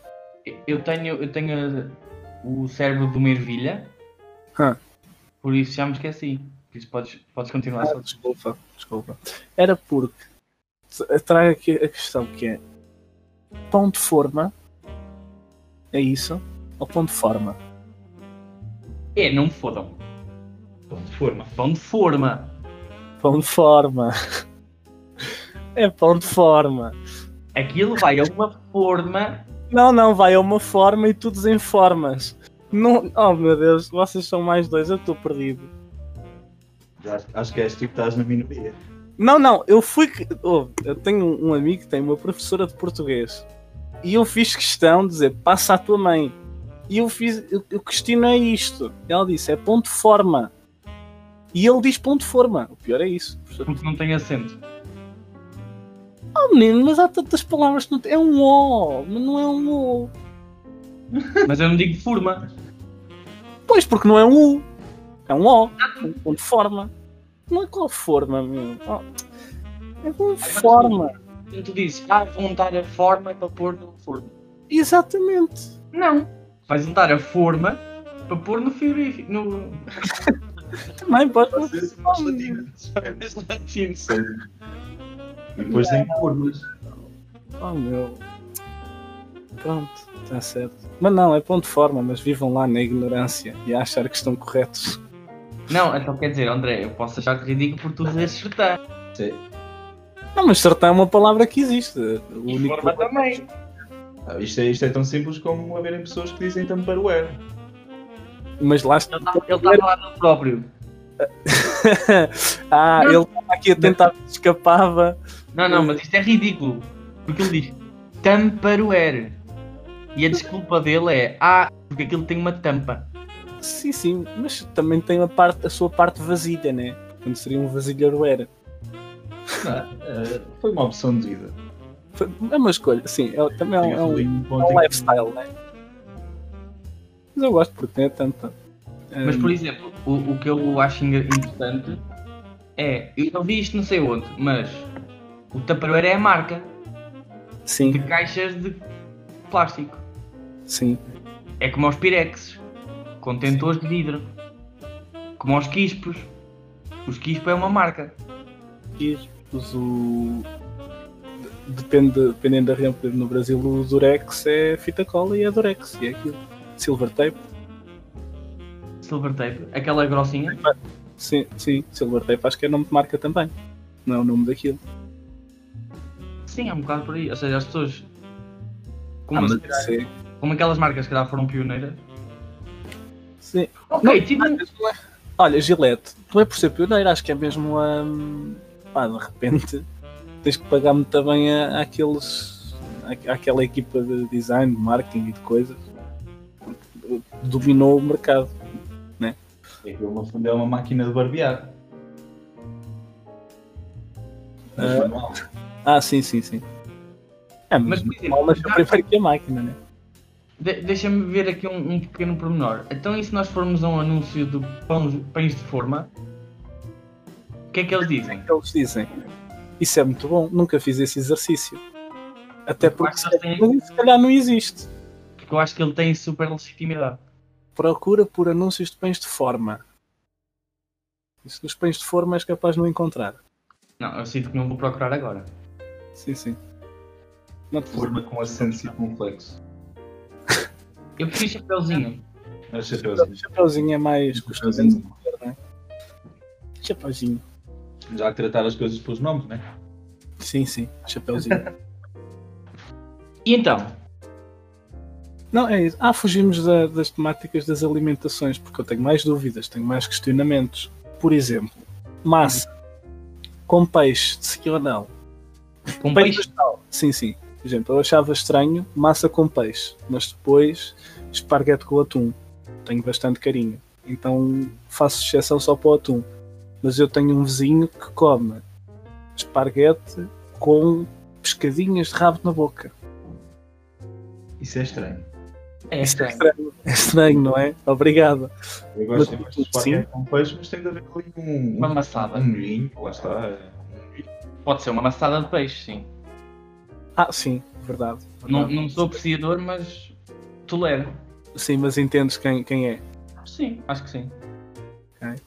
S1: Eu tenho, eu tenho o cérebro de uma ervilha.
S2: Hã.
S1: Por isso já me esqueci. Por isso podes, podes continuar.
S2: Ah, desculpa, desculpa. Era porque t- trago aqui a questão que é pão de forma é isso? Ou pão de forma?
S1: É, não me fodam.
S3: Pão de forma.
S1: Pão de forma.
S2: Pão de forma. É pão de forma.
S1: Aquilo vai a uma forma.
S2: Não, não, vai a uma forma e tu desenformas. Não, oh meu Deus, vocês são mais dois, eu estou perdido.
S3: Já acho- acho que és tu que estás na minoria.
S2: Não, não, eu fui. que- oh, eu tenho um um amigo que tem uma professora de português e eu fiz questão de dizer passa à tua mãe. E eu fiz, eu, eu questionei isto. Ela disse é ponto de forma. E ele diz ponto de forma. O pior é isso. Professor.
S1: Porque não tem acento.
S2: Oh menino, mas há tantas palavras que não tem. É um O, mas não é um O.
S1: Mas eu não digo forma.
S2: Pois, porque não é um U. É um O. Um ponto de forma. Não é qual forma, meu. Oh, é com forma.
S1: Quando tu dizes, ah, vou untar a forma para pôr no forno.
S2: Exatamente.
S1: Não. Vais untar a forma para pôr no frigorífico. No...
S2: Também pode.
S3: Vocês são os latinos.
S1: nos latinos.
S3: E depois tem formas.
S2: Oh meu. Pronto, está certo. Mas não, é ponto de forma, mas vivam lá na ignorância e a achar que estão corretos.
S1: Não, então quer dizer, André, eu posso achar-te ridículo por tu dizeres sertã.
S3: Sim.
S2: Não, mas sertão é uma palavra que existe. O
S1: E
S2: único...
S1: forma também.
S3: Ah, Isto é, isto é tão simples como haverem pessoas que dizem Tupperware.
S2: Mas lá está.
S1: Ele tá- Ele estava lá no próprio.
S2: ah,
S1: Não.
S2: ele estava aqui a tentar escapava.
S1: Não, não, mas isto é ridículo. Porque ele diz Tupperware. E a desculpa dele é, ah, porque aquilo tem uma tampa.
S2: Sim, sim, mas também tem a, parte, a sua parte vasilha, né? Quando seria um vasilheiro era.
S3: Não, é? Ah, foi uma opção de vida.
S2: Foi- É uma escolha, sim, é, também é, um- é um, é um lifestyle, né? Mas eu gosto porque tem tanta.
S1: Mas, por
S2: hum,
S1: exemplo, o, o que eu acho inter- interessante é, eu não vi isto não sei onde, mas o Tupperware é a marca de
S2: Sim,
S1: caixas de plástico.
S2: sim.
S1: É como aos Pirexes, contentores de vidro. Como aos Quispos. Os Quispo é uma marca.
S2: Os, o... Depende, dependendo da região, por exemplo, no Brasil o Durex é fita cola e é Durex, e é aquilo. Silver tape,
S1: Silver Tape, aquela grossinha.
S2: sim, sim, Silver tape acho que é nome de marca também. Não é o nome daquilo.
S1: Sim, é um bocado por aí. Ou seja, as pessoas. Como,
S2: Ah, mas
S1: se calhar-
S2: sim,
S1: como aquelas marcas que já foram pioneiras.
S2: sim.
S1: Ok, tive um.
S2: Olha, Gillette, não é por ser pioneiro, acho que é mesmo a. Pá, de repente tens que pagar muito bem a, àqueles, à, àquela equipa de design, de marketing e de coisas. porque Dominou o mercado.
S3: Aquilo no fundo é uma máquina de barbear. Mas
S2: Ah.
S3: foi mal.
S2: Ah, sim, sim, sim. É,
S1: Mas,
S2: mas,
S1: por exemplo,
S2: mal nasceu primeiro que a máquina, né?
S1: de- Deixa-me ver aqui um, um pequeno pormenor. Então, e se nós formos a um anúncio do pão, pães de forma? O que é que eles dizem?
S2: Eles dizem. Isso é muito bom, nunca fiz esse exercício. Até porque
S1: acho que eles têm-
S2: mas isso se calhar não existe.
S1: Porque eu acho que ele tem super legitimidade.
S2: Procura por anúncios de pães de forma. Isso dos pães de forma és capaz de não encontrar.
S1: Não, eu sinto que não vou procurar agora.
S2: Sim, sim. Não te
S3: Forma com acento circunflexo.
S1: Eu preciso chapeuzinho.
S3: Mas
S2: O
S3: chapeuzinho.
S2: Chapeuzinho é mais custoso,
S3: Chapeuzinho.
S2: né? Chapeuzinho.
S3: Já há que tratar as coisas pelos nomes, né?
S2: Sim, sim. Chapeuzinho.
S1: E então?
S2: não, é isso. Ah, fugimos da- das temáticas das alimentações, porque eu tenho mais dúvidas, tenho mais questionamentos. Por exemplo, massa com peixe, sim ou não?
S1: Com Um peixe?
S2: vegetal. Sim, sim. Por exemplo, eu achava estranho massa com peixe, mas depois esparguete com atum. Tenho bastante carinho. Então faço exceção só para o atum. Mas eu tenho um vizinho que come esparguete com pescadinhas de rabo na boca.
S3: Isso é estranho.
S1: É
S2: Isso é
S1: estranho.
S2: estranho. É estranho, não é? Obrigado.
S3: Eu gosto
S2: Mas,
S3: de mais
S2: sim.
S3: de esparguete com um peixe, mas tem de haver ali um,
S1: Uma
S3: um,
S1: maçada.
S3: um molhinho, lá está.
S1: Pode ser uma maçada de peixe, sim.
S2: Ah, sim, verdade.
S1: Não,
S2: verdade.
S1: não sou apreciador, mas tolero.
S2: Sim, mas entendes quem, quem é.
S1: Sim, acho que sim.
S2: Ok.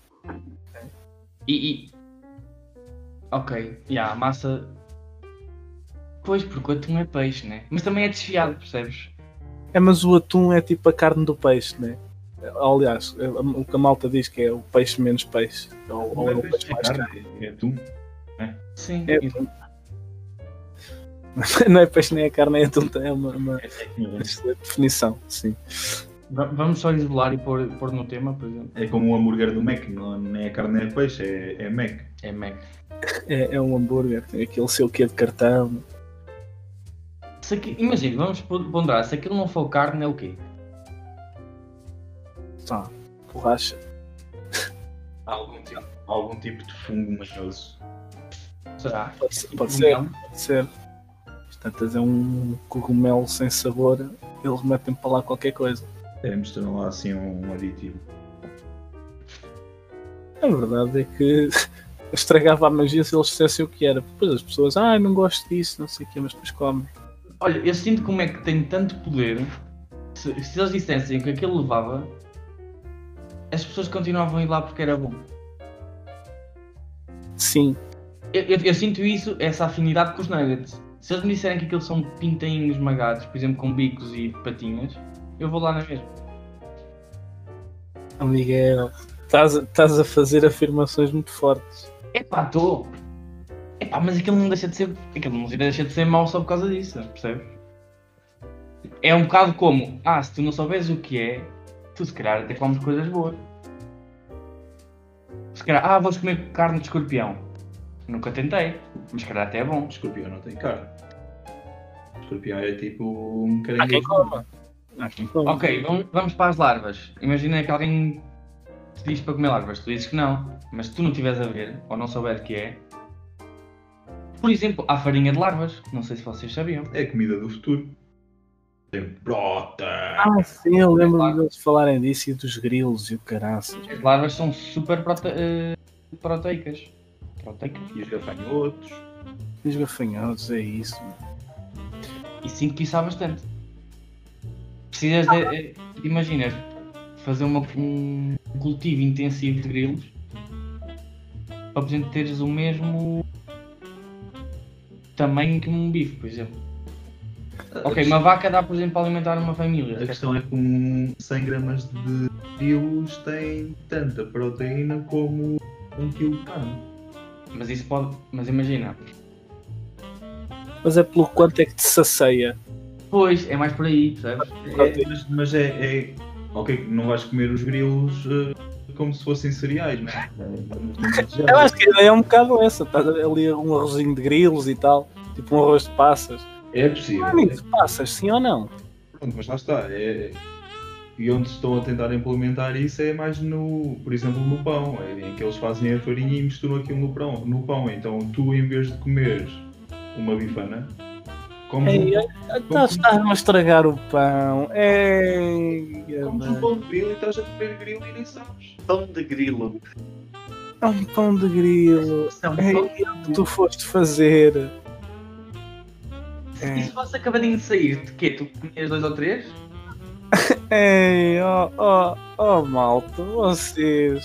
S1: E. e... Ok, já, a massa. Pois, porque o atum é peixe, né? Mas também é desfiado, percebes?
S2: É, mas o atum é tipo a carne do peixe, né? Aliás, é- o que a malta diz que é o peixe menos peixe. Ou, ou é o peixe mais carne.
S3: É atum.
S1: Sim.
S2: É atum. Não é peixe nem é carne, é atum. É uma, uma excelente definição, sim.
S1: Va- Vamos só isolar e pôr, pôr no tema, por exemplo.
S3: É como o hambúrguer do Mac, não, nem é carne nem é peixe, é, é Mac.
S1: É Mac.
S2: É, é um hambúrguer, tem aquele seu quê de cartão.
S1: Se aqui- Imagina, vamos pon- ponderar, se aquilo não for carne, é o quê?
S2: Tá, borracha.
S3: Há algum tipo, há algum tipo de fungo manhoso.
S1: Será?
S2: Pode ser, pode ser.
S1: Comunhão?
S2: Pode ser. Portanto, é um cogumelo sem sabor, eles metem para lá qualquer coisa.
S3: É, misturam lá assim um aditivo.
S2: A verdade é que estragava a magia se eles dissessem o que era. Depois as pessoas, ah, não gosto disso, não sei o quê, mas depois comem.
S1: Olha, eu sinto como é que tem tanto poder. Se, se eles dissessem o que aquilo levava, as pessoas continuavam a ir lá porque era bom.
S2: Sim,
S1: Eu, eu- eu sinto isso, essa afinidade com os nuggets. Se eles me disserem que aquilo são pintainhos magados, por exemplo, com bicos e patinhas, eu vou lá na mesma.
S2: oh, Miguel, estás, a- estás a fazer afirmações muito fortes.
S1: Epá, estou! Epá, mas aquilo não deixa de ser. Aquilo não deixa de ser mau só por causa disso, percebes? É um bocado como, ah, se tu não souberes o que é, tu se calhar até comes coisas boas. Se calhar, ah, vou comer carne de escorpião. Nunca tentei, mas se calhar até é bom.
S3: Escorpião não tem carne. Escorpião é tipo um
S2: Há quem
S3: caranguejo.
S2: coma. Acho que não.
S1: Ok, vamos, vamos para as larvas. Imagina que alguém te diz para comer larvas, tu dizes que não, mas se tu não estiveres a ver ou não souber o que é. Por exemplo, há farinha de larvas, não sei se vocês sabiam.
S3: É a comida do futuro. Tem proteína.
S2: Ah, sim, eu lembro-me deles falarem disso e dos grilos e o caraças.
S1: As larvas são super prote- eh, proteicas. Proteicas?
S3: E os gafanhotos.
S2: E os gafanhotos, é isso. mano.
S1: E sinto que isso há bastante. Precisas de. eh, Imagina, fazer uma- um cultivo intensivo de grilos para, por exemplo, teres o mesmo tamanho que um bife, por exemplo. Ok, uma vaca dá, por exemplo, para alimentar uma família.
S3: A questão é que um 100 gramas de grilos tem tanta proteína como um quilo de carne.
S1: Mas isso pode. Mas imagina.
S2: Mas é pelo quanto é que te sacia.
S1: Pois, é mais por aí, percebes?
S3: É, mas mas é, é- Ok, não vais comer os grilos eh, como se fossem cereais, não é?
S2: Eu acho que a ideia é um bocado essa. Estás a ver ali um arrozinho de grilos e tal. Tipo um arroz de passas.
S3: É possível.
S2: Amigo, de passas, sim ou não?
S3: Pronto, mas lá está. é- E onde estão a tentar implementar isso é mais no, por exemplo, no pão, é, em que eles fazem a farinha e misturam aquilo no pão. No pão. Então tu, em vez de comeres uma bifana, comes um
S2: Ei, ei, tá- Estás-me a estragar o pão. Ei, é
S3: Comes um
S2: mano.
S3: pão de grilo e estás a comer grilo e nem sabes.
S4: Pão de grilo.
S2: É um pão de grilo.
S1: Então,
S4: São
S2: Ei,
S4: pão-
S2: o que tu foste fazer?
S1: E se fosse acabadinho de sair, de quê? Tu comias dois ou três?
S2: Ei, oh, oh, oh malta, vocês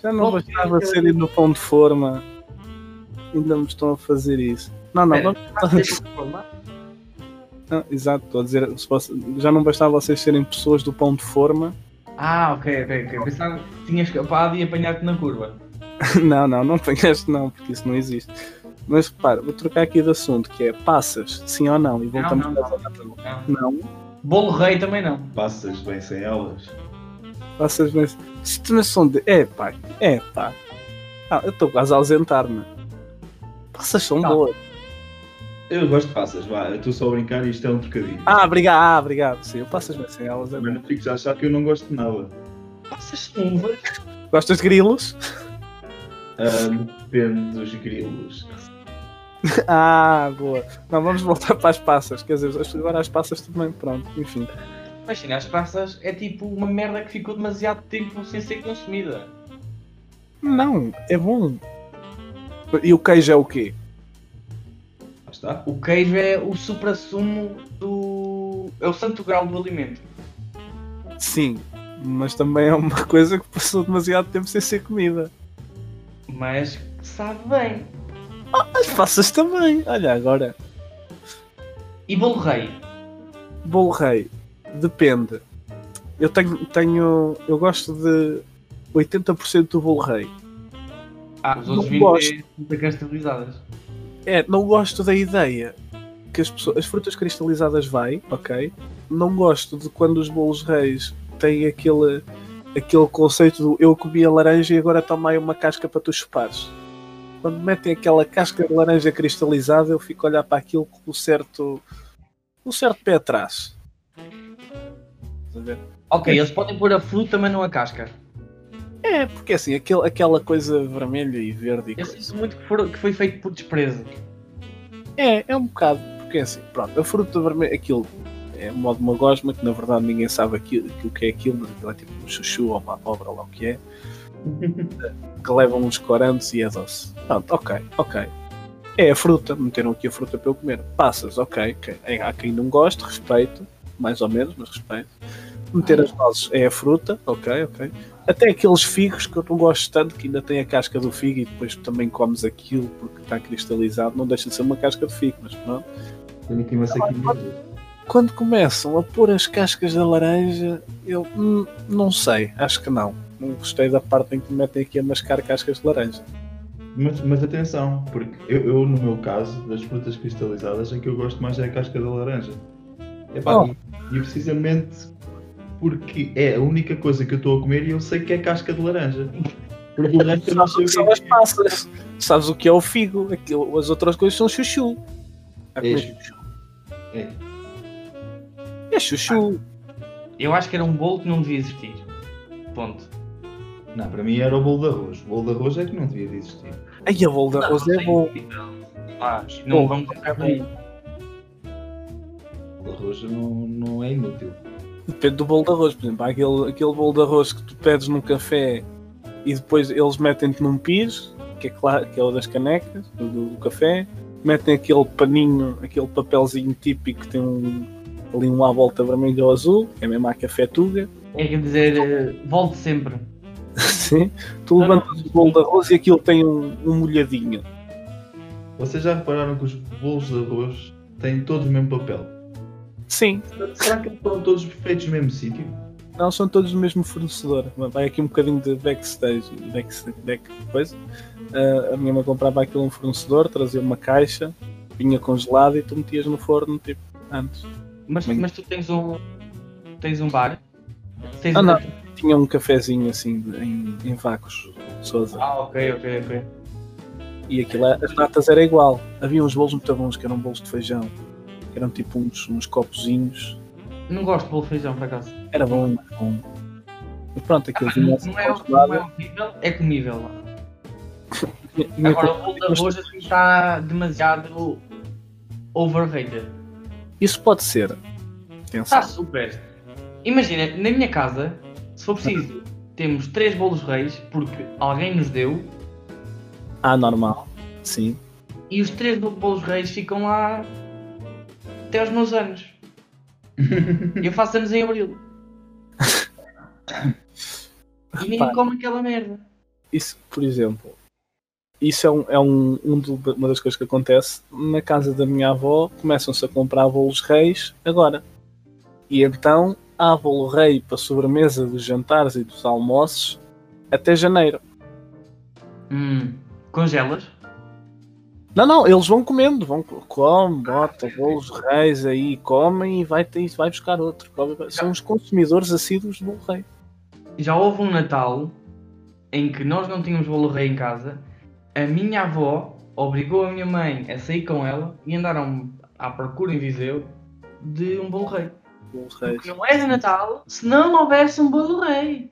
S2: já não
S1: Vocês,
S2: bastava
S1: cara.
S2: serem no pão de forma. Ainda me estão a fazer isso. Não, não,
S1: Espera,
S2: vamos- não, exato, estou a dizer, se fosse- já não bastava vocês serem pessoas do pão de forma.
S1: Ah, ok, ok, ok. Pensava que tinha escapado e apanhar-te na curva.
S2: Não, não, não apanhaste não, porque isso não existe. Mas repara, vou trocar aqui de assunto, que é passas, sim ou não, e voltamos
S1: não,
S2: para
S1: não.
S2: a data.
S1: Não.
S2: Não,
S1: Bolo rei também não.
S3: Passas bem sem elas.
S2: passas mas se tu não são de. É pá, é pá. Ah, eu estou quase a ausentar-me. Passas são
S1: Tá.
S2: boas.
S3: Eu gosto de passas, vá, eu estou só a brincar e isto é um trocadilho.
S2: Ah, obrigado, ah, obrigado. Sim, eu passo as minhas sem elas. é
S3: Mas
S2: bom.
S3: não fico já a achar que eu não gosto de nada.
S1: Passas uvas?
S2: Gostas de grilos?
S3: Ah, depende dos grilos.
S2: Ah, boa. Não, vamos voltar para as passas. Quer dizer, as- agora as passas também, pronto, enfim.
S1: Imagina, as passas é tipo uma merda que ficou demasiado tempo sem ser consumida.
S2: Não, é bom. E o queijo é o quê?
S3: Lá está.
S1: O queijo é o supra-sumo do. é o santo grau do alimento.
S2: Sim, mas também é uma coisa que passou demasiado tempo sem ser comida.
S1: Mas que sabe bem.
S2: As passas também. Olha, agora,
S1: E bolo rei?
S2: bolo rei, depende. Eu tenho, tenho, eu gosto de 80% do bolo rei.
S1: Ah, os outros
S2: Não
S1: vinhos
S2: gosto.
S1: é fruta cristalizadas.
S2: É, não gosto da ideia que as, pessoas, as frutas cristalizadas vai, ok? Não gosto de quando os bolos reis têm aquele, aquele conceito do eu comi a laranja e agora toma aí uma casca para tu chupares. Quando metem aquela casca de laranja cristalizada, eu fico a olhar para aquilo com um certo, um certo pé atrás. Estás a ver?
S1: Ok, eles podem pôr a fruta, mas não a casca.
S2: É, porque assim, aquele, aquela coisa vermelha e verde. e
S1: Eu
S2: coisa.
S1: sinto muito que, for- que foi feito por desprezo.
S2: É, é um bocado, porque é assim, pronto, a fruta vermelha, aquilo é um modo uma gosma que na verdade ninguém sabe aquilo, aquilo que é aquilo, mas aquilo é tipo um chuchu ou uma abóbora lá o que é, que levam uns corantes e é doce. Pronto, ok, ok. É a fruta, meteram aqui a fruta para eu comer. Passas, ok, ok. É, Há quem não goste, respeito, mais ou menos, mas respeito. Meter as nozes é a fruta, ok, ok. Até aqueles figos que eu não gosto tanto, que ainda tem a casca do figo e depois também comes aquilo porque está cristalizado, não deixa de ser uma casca de figo, mas pronto.
S3: Tenho aqui uma saquinha.
S2: Quando começam a pôr as cascas da laranja, eu hum, não sei, acho que não. Não gostei da parte em que metem aqui a mascar cascas de laranja.
S3: Mas, mas atenção, porque eu, eu, no meu caso, das frutas cristalizadas, a que eu gosto mais é a casca da laranja. Epá,
S2: Oh.
S3: e, e precisamente porque é a única coisa que eu estou a comer e eu sei que é casca de laranja. Porque o resto eu não
S2: Sabes o que
S3: sei o
S2: são
S3: que é.
S2: as passas, sabes o que é o figo, aquilo, as outras coisas são chuchu.
S3: É.
S2: É chuchu. É chuchu.
S1: Eu acho que era um bolo que não devia existir. Ponto.
S3: Não, para mim era o bolo de arroz. O bolo de arroz é que não devia de existir.
S2: Ai, a bolo de arroz é bom.
S1: Mas não
S2: É Bom,
S1: vamos entrar por aí.
S3: O arroz não, não é inútil.
S2: Depende do bolo de arroz. Por exemplo, há aquele, aquele bolo de arroz que tu pedes num café e depois eles metem-te num pires, que é, claro, que é o das canecas, do, do café. Metem aquele paninho, aquele papelzinho típico que tem um, ali um à volta vermelho ou azul, que é mesmo a café tuga.
S1: É que dizer, eh, volte sempre.
S2: Sim. Tu levantas o bolo de arroz e aquilo tem um, um molhadinho.
S3: Vocês já repararam que os bolos de arroz têm todos o mesmo papel?
S2: Sim,
S3: Será que foram todos feitos no mesmo sítio?
S2: Não, são todos do mesmo fornecedor. Vai aqui um bocadinho de backstage. backstage back, coisa. Ah, a minha mãe comprava aquilo a um fornecedor, trazia uma caixa, vinha congelada e tu metias no forno, tipo, antes.
S1: Mas,
S2: Bem-
S1: mas tu tens um. Tens um bar. Tens
S2: Ah,
S1: um-
S2: não. Tinha um cafezinho assim, de- em, em vacos, Sousa.
S1: Ah, ok, ok, ok.
S2: E aquilo, as datas era igual. Havia uns bolos muito bons, que eram bolos de feijão. que Eram tipo uns, uns copozinhos.
S1: Não gosto de bolo de feijão, por acaso.
S2: Era bom, era bom. Mas pronto, aquilo vinha assim
S1: Não é,
S2: congelado.
S1: não é horrível, é comível. lá.
S2: Vinha- vinha
S1: Agora
S2: com-
S1: o bolo de arroz assim está demasiado overrated.
S2: Isso pode ser. Atenção.
S1: Está super. Imagina, na minha casa, se for preciso, temos três bolos reis, porque alguém nos deu,
S2: Ah, normal. Sim.
S1: e os três bo- bolos reis ficam lá até aos meus anos. Eu faço anos em abril. E ninguém
S2: Repara.
S1: come aquela merda.
S2: Isso, por exemplo, isso é, um, é um, um do- uma das coisas que acontece. Na casa da minha avó começam-se a comprar bolos reis agora. E então há bolo rei para sobremesa dos jantares e dos almoços até janeiro.
S1: Hum, congelas?
S2: Não, não, eles vão comendo, vão come, bota bolos reis aí, comem e vai, ter- vai buscar outro. São os consumidores assíduos de bolo rei.
S1: Já houve um Natal em que nós não tínhamos bolo rei em casa. A minha avó obrigou a minha mãe a sair com ela e andaram à procura em Viseu de um bolo rei.
S2: Bolos reis.
S1: Não é de Natal se não houvesse um bolo rei.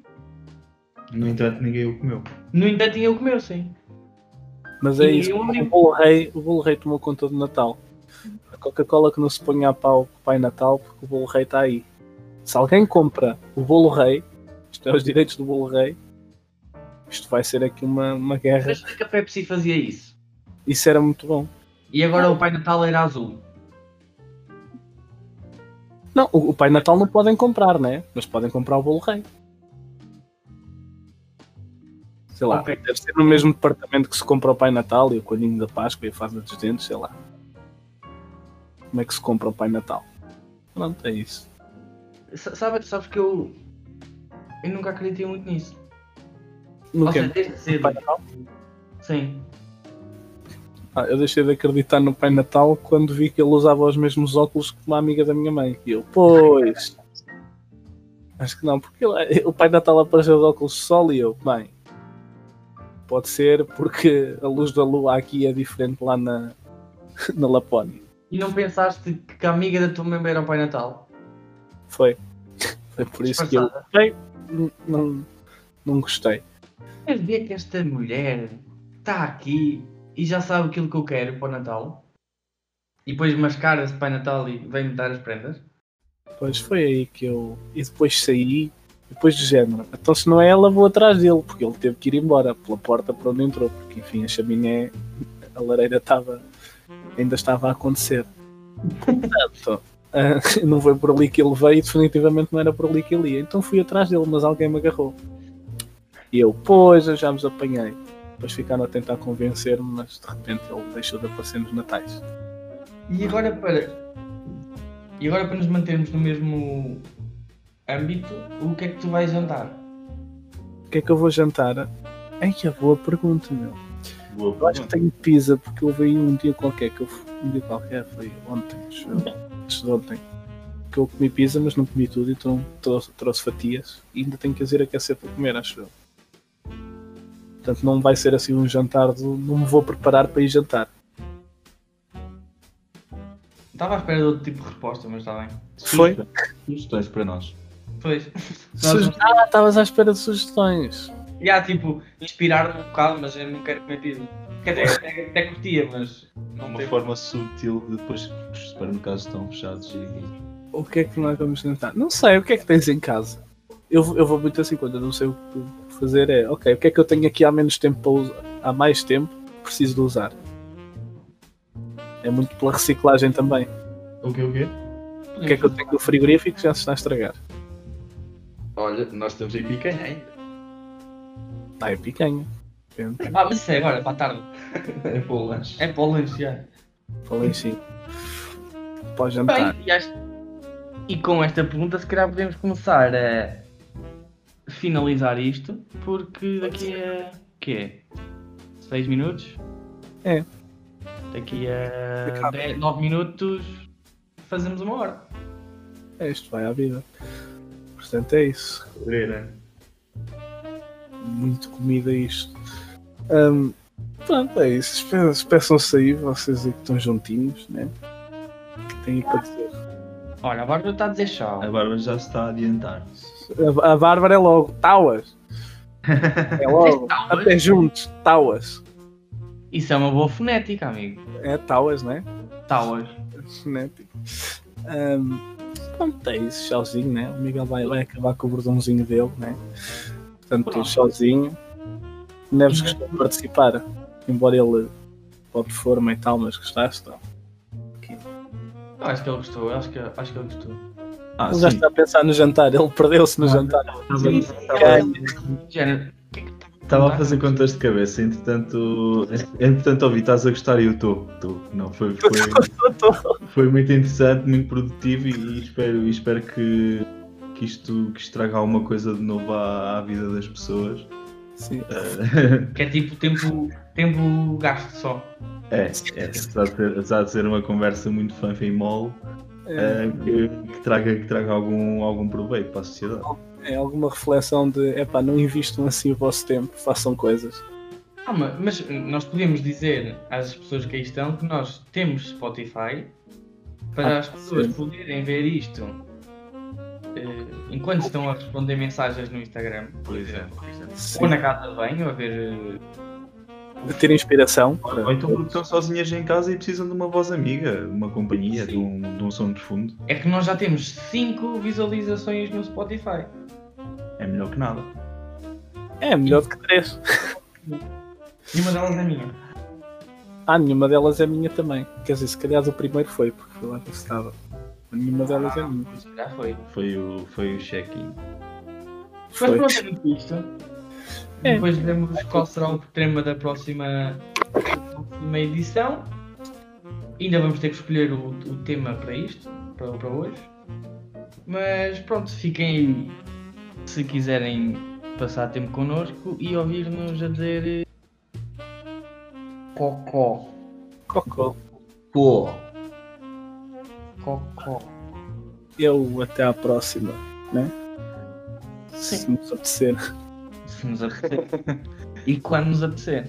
S3: No entanto, ninguém o comeu.
S1: No entanto, tinha o comeu, sim.
S2: Mas é
S1: E
S2: isso.
S1: eu abri-
S2: O bolo, rei, o bolo rei tomou conta do Natal. A Coca-Cola que não se põe a pau com o Pai Natal, porque o bolo rei está aí. Se alguém compra o bolo rei, isto é os direitos do bolo rei, isto vai ser aqui uma, uma guerra.
S1: Mas que a Pepsi fazia isso.
S2: Isso era muito bom.
S1: E agora o Pai Natal era azul.
S2: Não, o, o Pai Natal não podem comprar, né? Mas podem comprar o bolo rei. Sei lá,
S1: Ok.
S2: deve ser no mesmo departamento que se compra o Pai Natal e o Coelhinho da Páscoa e a Fada dos Dentes, sei lá. Como é que se compra o Pai Natal? Pronto, é isso.
S1: S- Sabe, sabes que eu. Eu nunca acreditei muito nisso. Ou
S2: Nunca
S1: seja, tipo, desde
S2: no Pai
S1: cedo.
S2: Natal?
S1: Sim.
S2: Ah, eu deixei de acreditar no Pai Natal quando vi que ele usava os mesmos óculos que uma amiga da minha mãe. E eu, pois. Acho que não, porque ele- o Pai Natal apareceu de óculos de sol e eu, bem. Pode ser porque a luz da lua aqui é diferente lá na, na Lapónia.
S1: E não pensaste que a amiga da tua mãe era o Pai Natal?
S2: Foi. Foi por isso que eu
S1: Disfarçada.
S2: n- não, não gostei.
S1: Quer ver que esta mulher está aqui e já sabe aquilo que eu quero para o Natal? E depois mascara-se para o Natal e vem-me dar as prendas?
S2: Pois foi aí que eu. E depois saí, depois de género. Então, se não é ela, vou atrás dele, porque ele teve que ir embora pela porta para onde entrou, porque enfim, a chaminé, a lareira estava. ainda estava a acontecer. Portanto, ah, não foi por ali que ele veio e definitivamente não era por ali que ele ia. Então fui atrás dele, mas alguém me agarrou. E eu, pois, eu já vos apanhei. Depois ficaram a tentar convencer-me, mas de repente ele deixou de aparecer nos natais.
S1: E agora para. E agora para nos mantermos no mesmo âmbito, o que é que tu vais jantar?
S2: O que é que eu vou jantar? Ai, que é boa pergunta, meu.
S3: Boa
S2: Eu acho que
S3: pergunta.
S2: tenho pizza porque eu veio um dia qualquer que eu fu- um dia qualquer foi ontem, acho eu, antes de ontem, que eu comi pizza mas não comi tudo, então trouxe, trouxe fatias e ainda tenho que as ir aquecer para comer, acho eu. Portanto não vai ser assim um jantar de, não me vou preparar para ir jantar.
S1: Estava à espera de outro tipo de resposta, mas está bem.
S2: Foi?
S3: Sugestões para nós.
S1: Pois.
S2: Suge- Ah, estavas à espera de sugestões.
S1: E há tipo, inspirar-me um bocado, mas eu não quero comer pizza. Quer dizer, até, até curtia, mas não
S3: Uma
S1: tem-
S3: forma subtil de depois que os supermercados estão fechados e.
S2: O que é que nós vamos tentar? Não sei, o que é que tens em casa? Eu, vou- eu vou muito assim, quando eu não sei o que fazer é, ok, o que é que eu tenho aqui há menos tempo para usar? Há mais tempo, preciso de usar. É muito pela reciclagem também.
S5: O quê, o quê?
S2: O que é que eu tenho no frigorífico já se está a estragar?
S3: Olha, nós temos aí picanha ainda.
S2: Tá, é picanha. Pronto,
S1: Ah, mas isso é agora, para a tarde.
S5: É para o lanche.
S1: É para o lanche, já.
S2: Falei sim. Para o jantar.
S1: Bem, e, acho- e com esta pergunta, se calhar podemos começar a finalizar isto, porque daqui a. quê? 6 minutos?
S2: É.
S1: Daqui a
S2: Acaba.
S1: 10, 9 minutos fazemos uma hora.
S2: É, isto vai à vida. Portanto, é isso. né?
S5: Pedreira.
S2: muito comida isto. Ahm, pronto, é isso. Espe- Espeçam-se aí, vocês aí que estão juntinhos, né? Que têm aí para dizer.
S1: Olha, a Bárbara está a dizer tchau.
S3: A Bárbara já se está a adiantar.
S2: A, a Bárbara é logo, tauas. É logo,
S1: Tauas?
S2: até juntos, tauas.
S1: Isso é uma boa fonética, amigo. Tá,
S2: É tauas, né?
S1: Tauas.
S2: Fonético. Ahm, pronto, é isso, tchauzinho, né? O Miguel vai, vai acabar com o bordãozinho dele, né? Portanto,
S1: Pronto. Uhum.
S2: tchauzinho. Neves gostou de participar, embora ele pobre forma e tal, mas gostaste, tal.
S1: Eu acho que ele gostou, eu acho que, acho que ele gostou.
S3: Ah,
S2: Ele já
S3: sim.
S2: está a pensar no jantar, ele perdeu-se no jantar.
S1: Sim,
S5: Estava-
S1: sim,
S2: Ganha.
S1: Género.
S3: Estava a fazer contas de cabeça, entretanto, entretanto ouvi, estás a gostar e eu estou. estou. Não, foi, foi, foi muito interessante, muito produtivo e, e espero, e espero que, que isto que estraga alguma coisa de novo à, à vida das pessoas.
S2: Sim.
S1: Que é tipo tempo, tempo gasto só.
S3: É, é apesar, de ser, apesar de ser uma conversa muito fanfa e mole,
S2: É,
S3: eh, que, que traga, que traga algum, algum proveito para a sociedade.
S2: é alguma reflexão de epá, não invistam assim o vosso tempo, façam coisas.
S1: Ah, ma- mas nós podemos dizer às pessoas que aí estão que nós temos Spotify para
S2: Ah,
S1: as pessoas
S2: sim.
S1: poderem ver isto eh, enquanto estão a responder mensagens no Instagram, por exemplo. Ou na casa de banho, a ver. eh,
S2: De ter inspiração. para-
S3: Ou então porque estão sozinhas em casa e precisam de uma voz amiga, de uma companhia, de um, de um som de fundo.
S1: É que nós já temos 5 visualizações no Spotify.
S3: É melhor que nada.
S2: É melhor do que três.
S1: E uma delas é minha.
S2: Ah, nenhuma delas é minha também. Quer dizer, se calhar o primeiro foi, porque foi lá que eu estava. Mas Nenhuma delas é minha.
S1: Já foi.
S3: Foi o, foi o check-in.
S1: Mas
S2: Foi.
S1: pronto, é muito isto.
S2: É.
S1: Depois veremos qual será o tema da próxima, da próxima edição. Ainda vamos ter que escolher o, o tema para isto, para, para hoje. Mas pronto, fiquem aí se quiserem passar tempo connosco e ouvir-nos a dizer eh, cocó,
S2: Cocó.
S1: cocó.
S2: Eu até à próxima, né? Se nos apetecer.
S1: Se nos apetecer. e quando nos apetecer.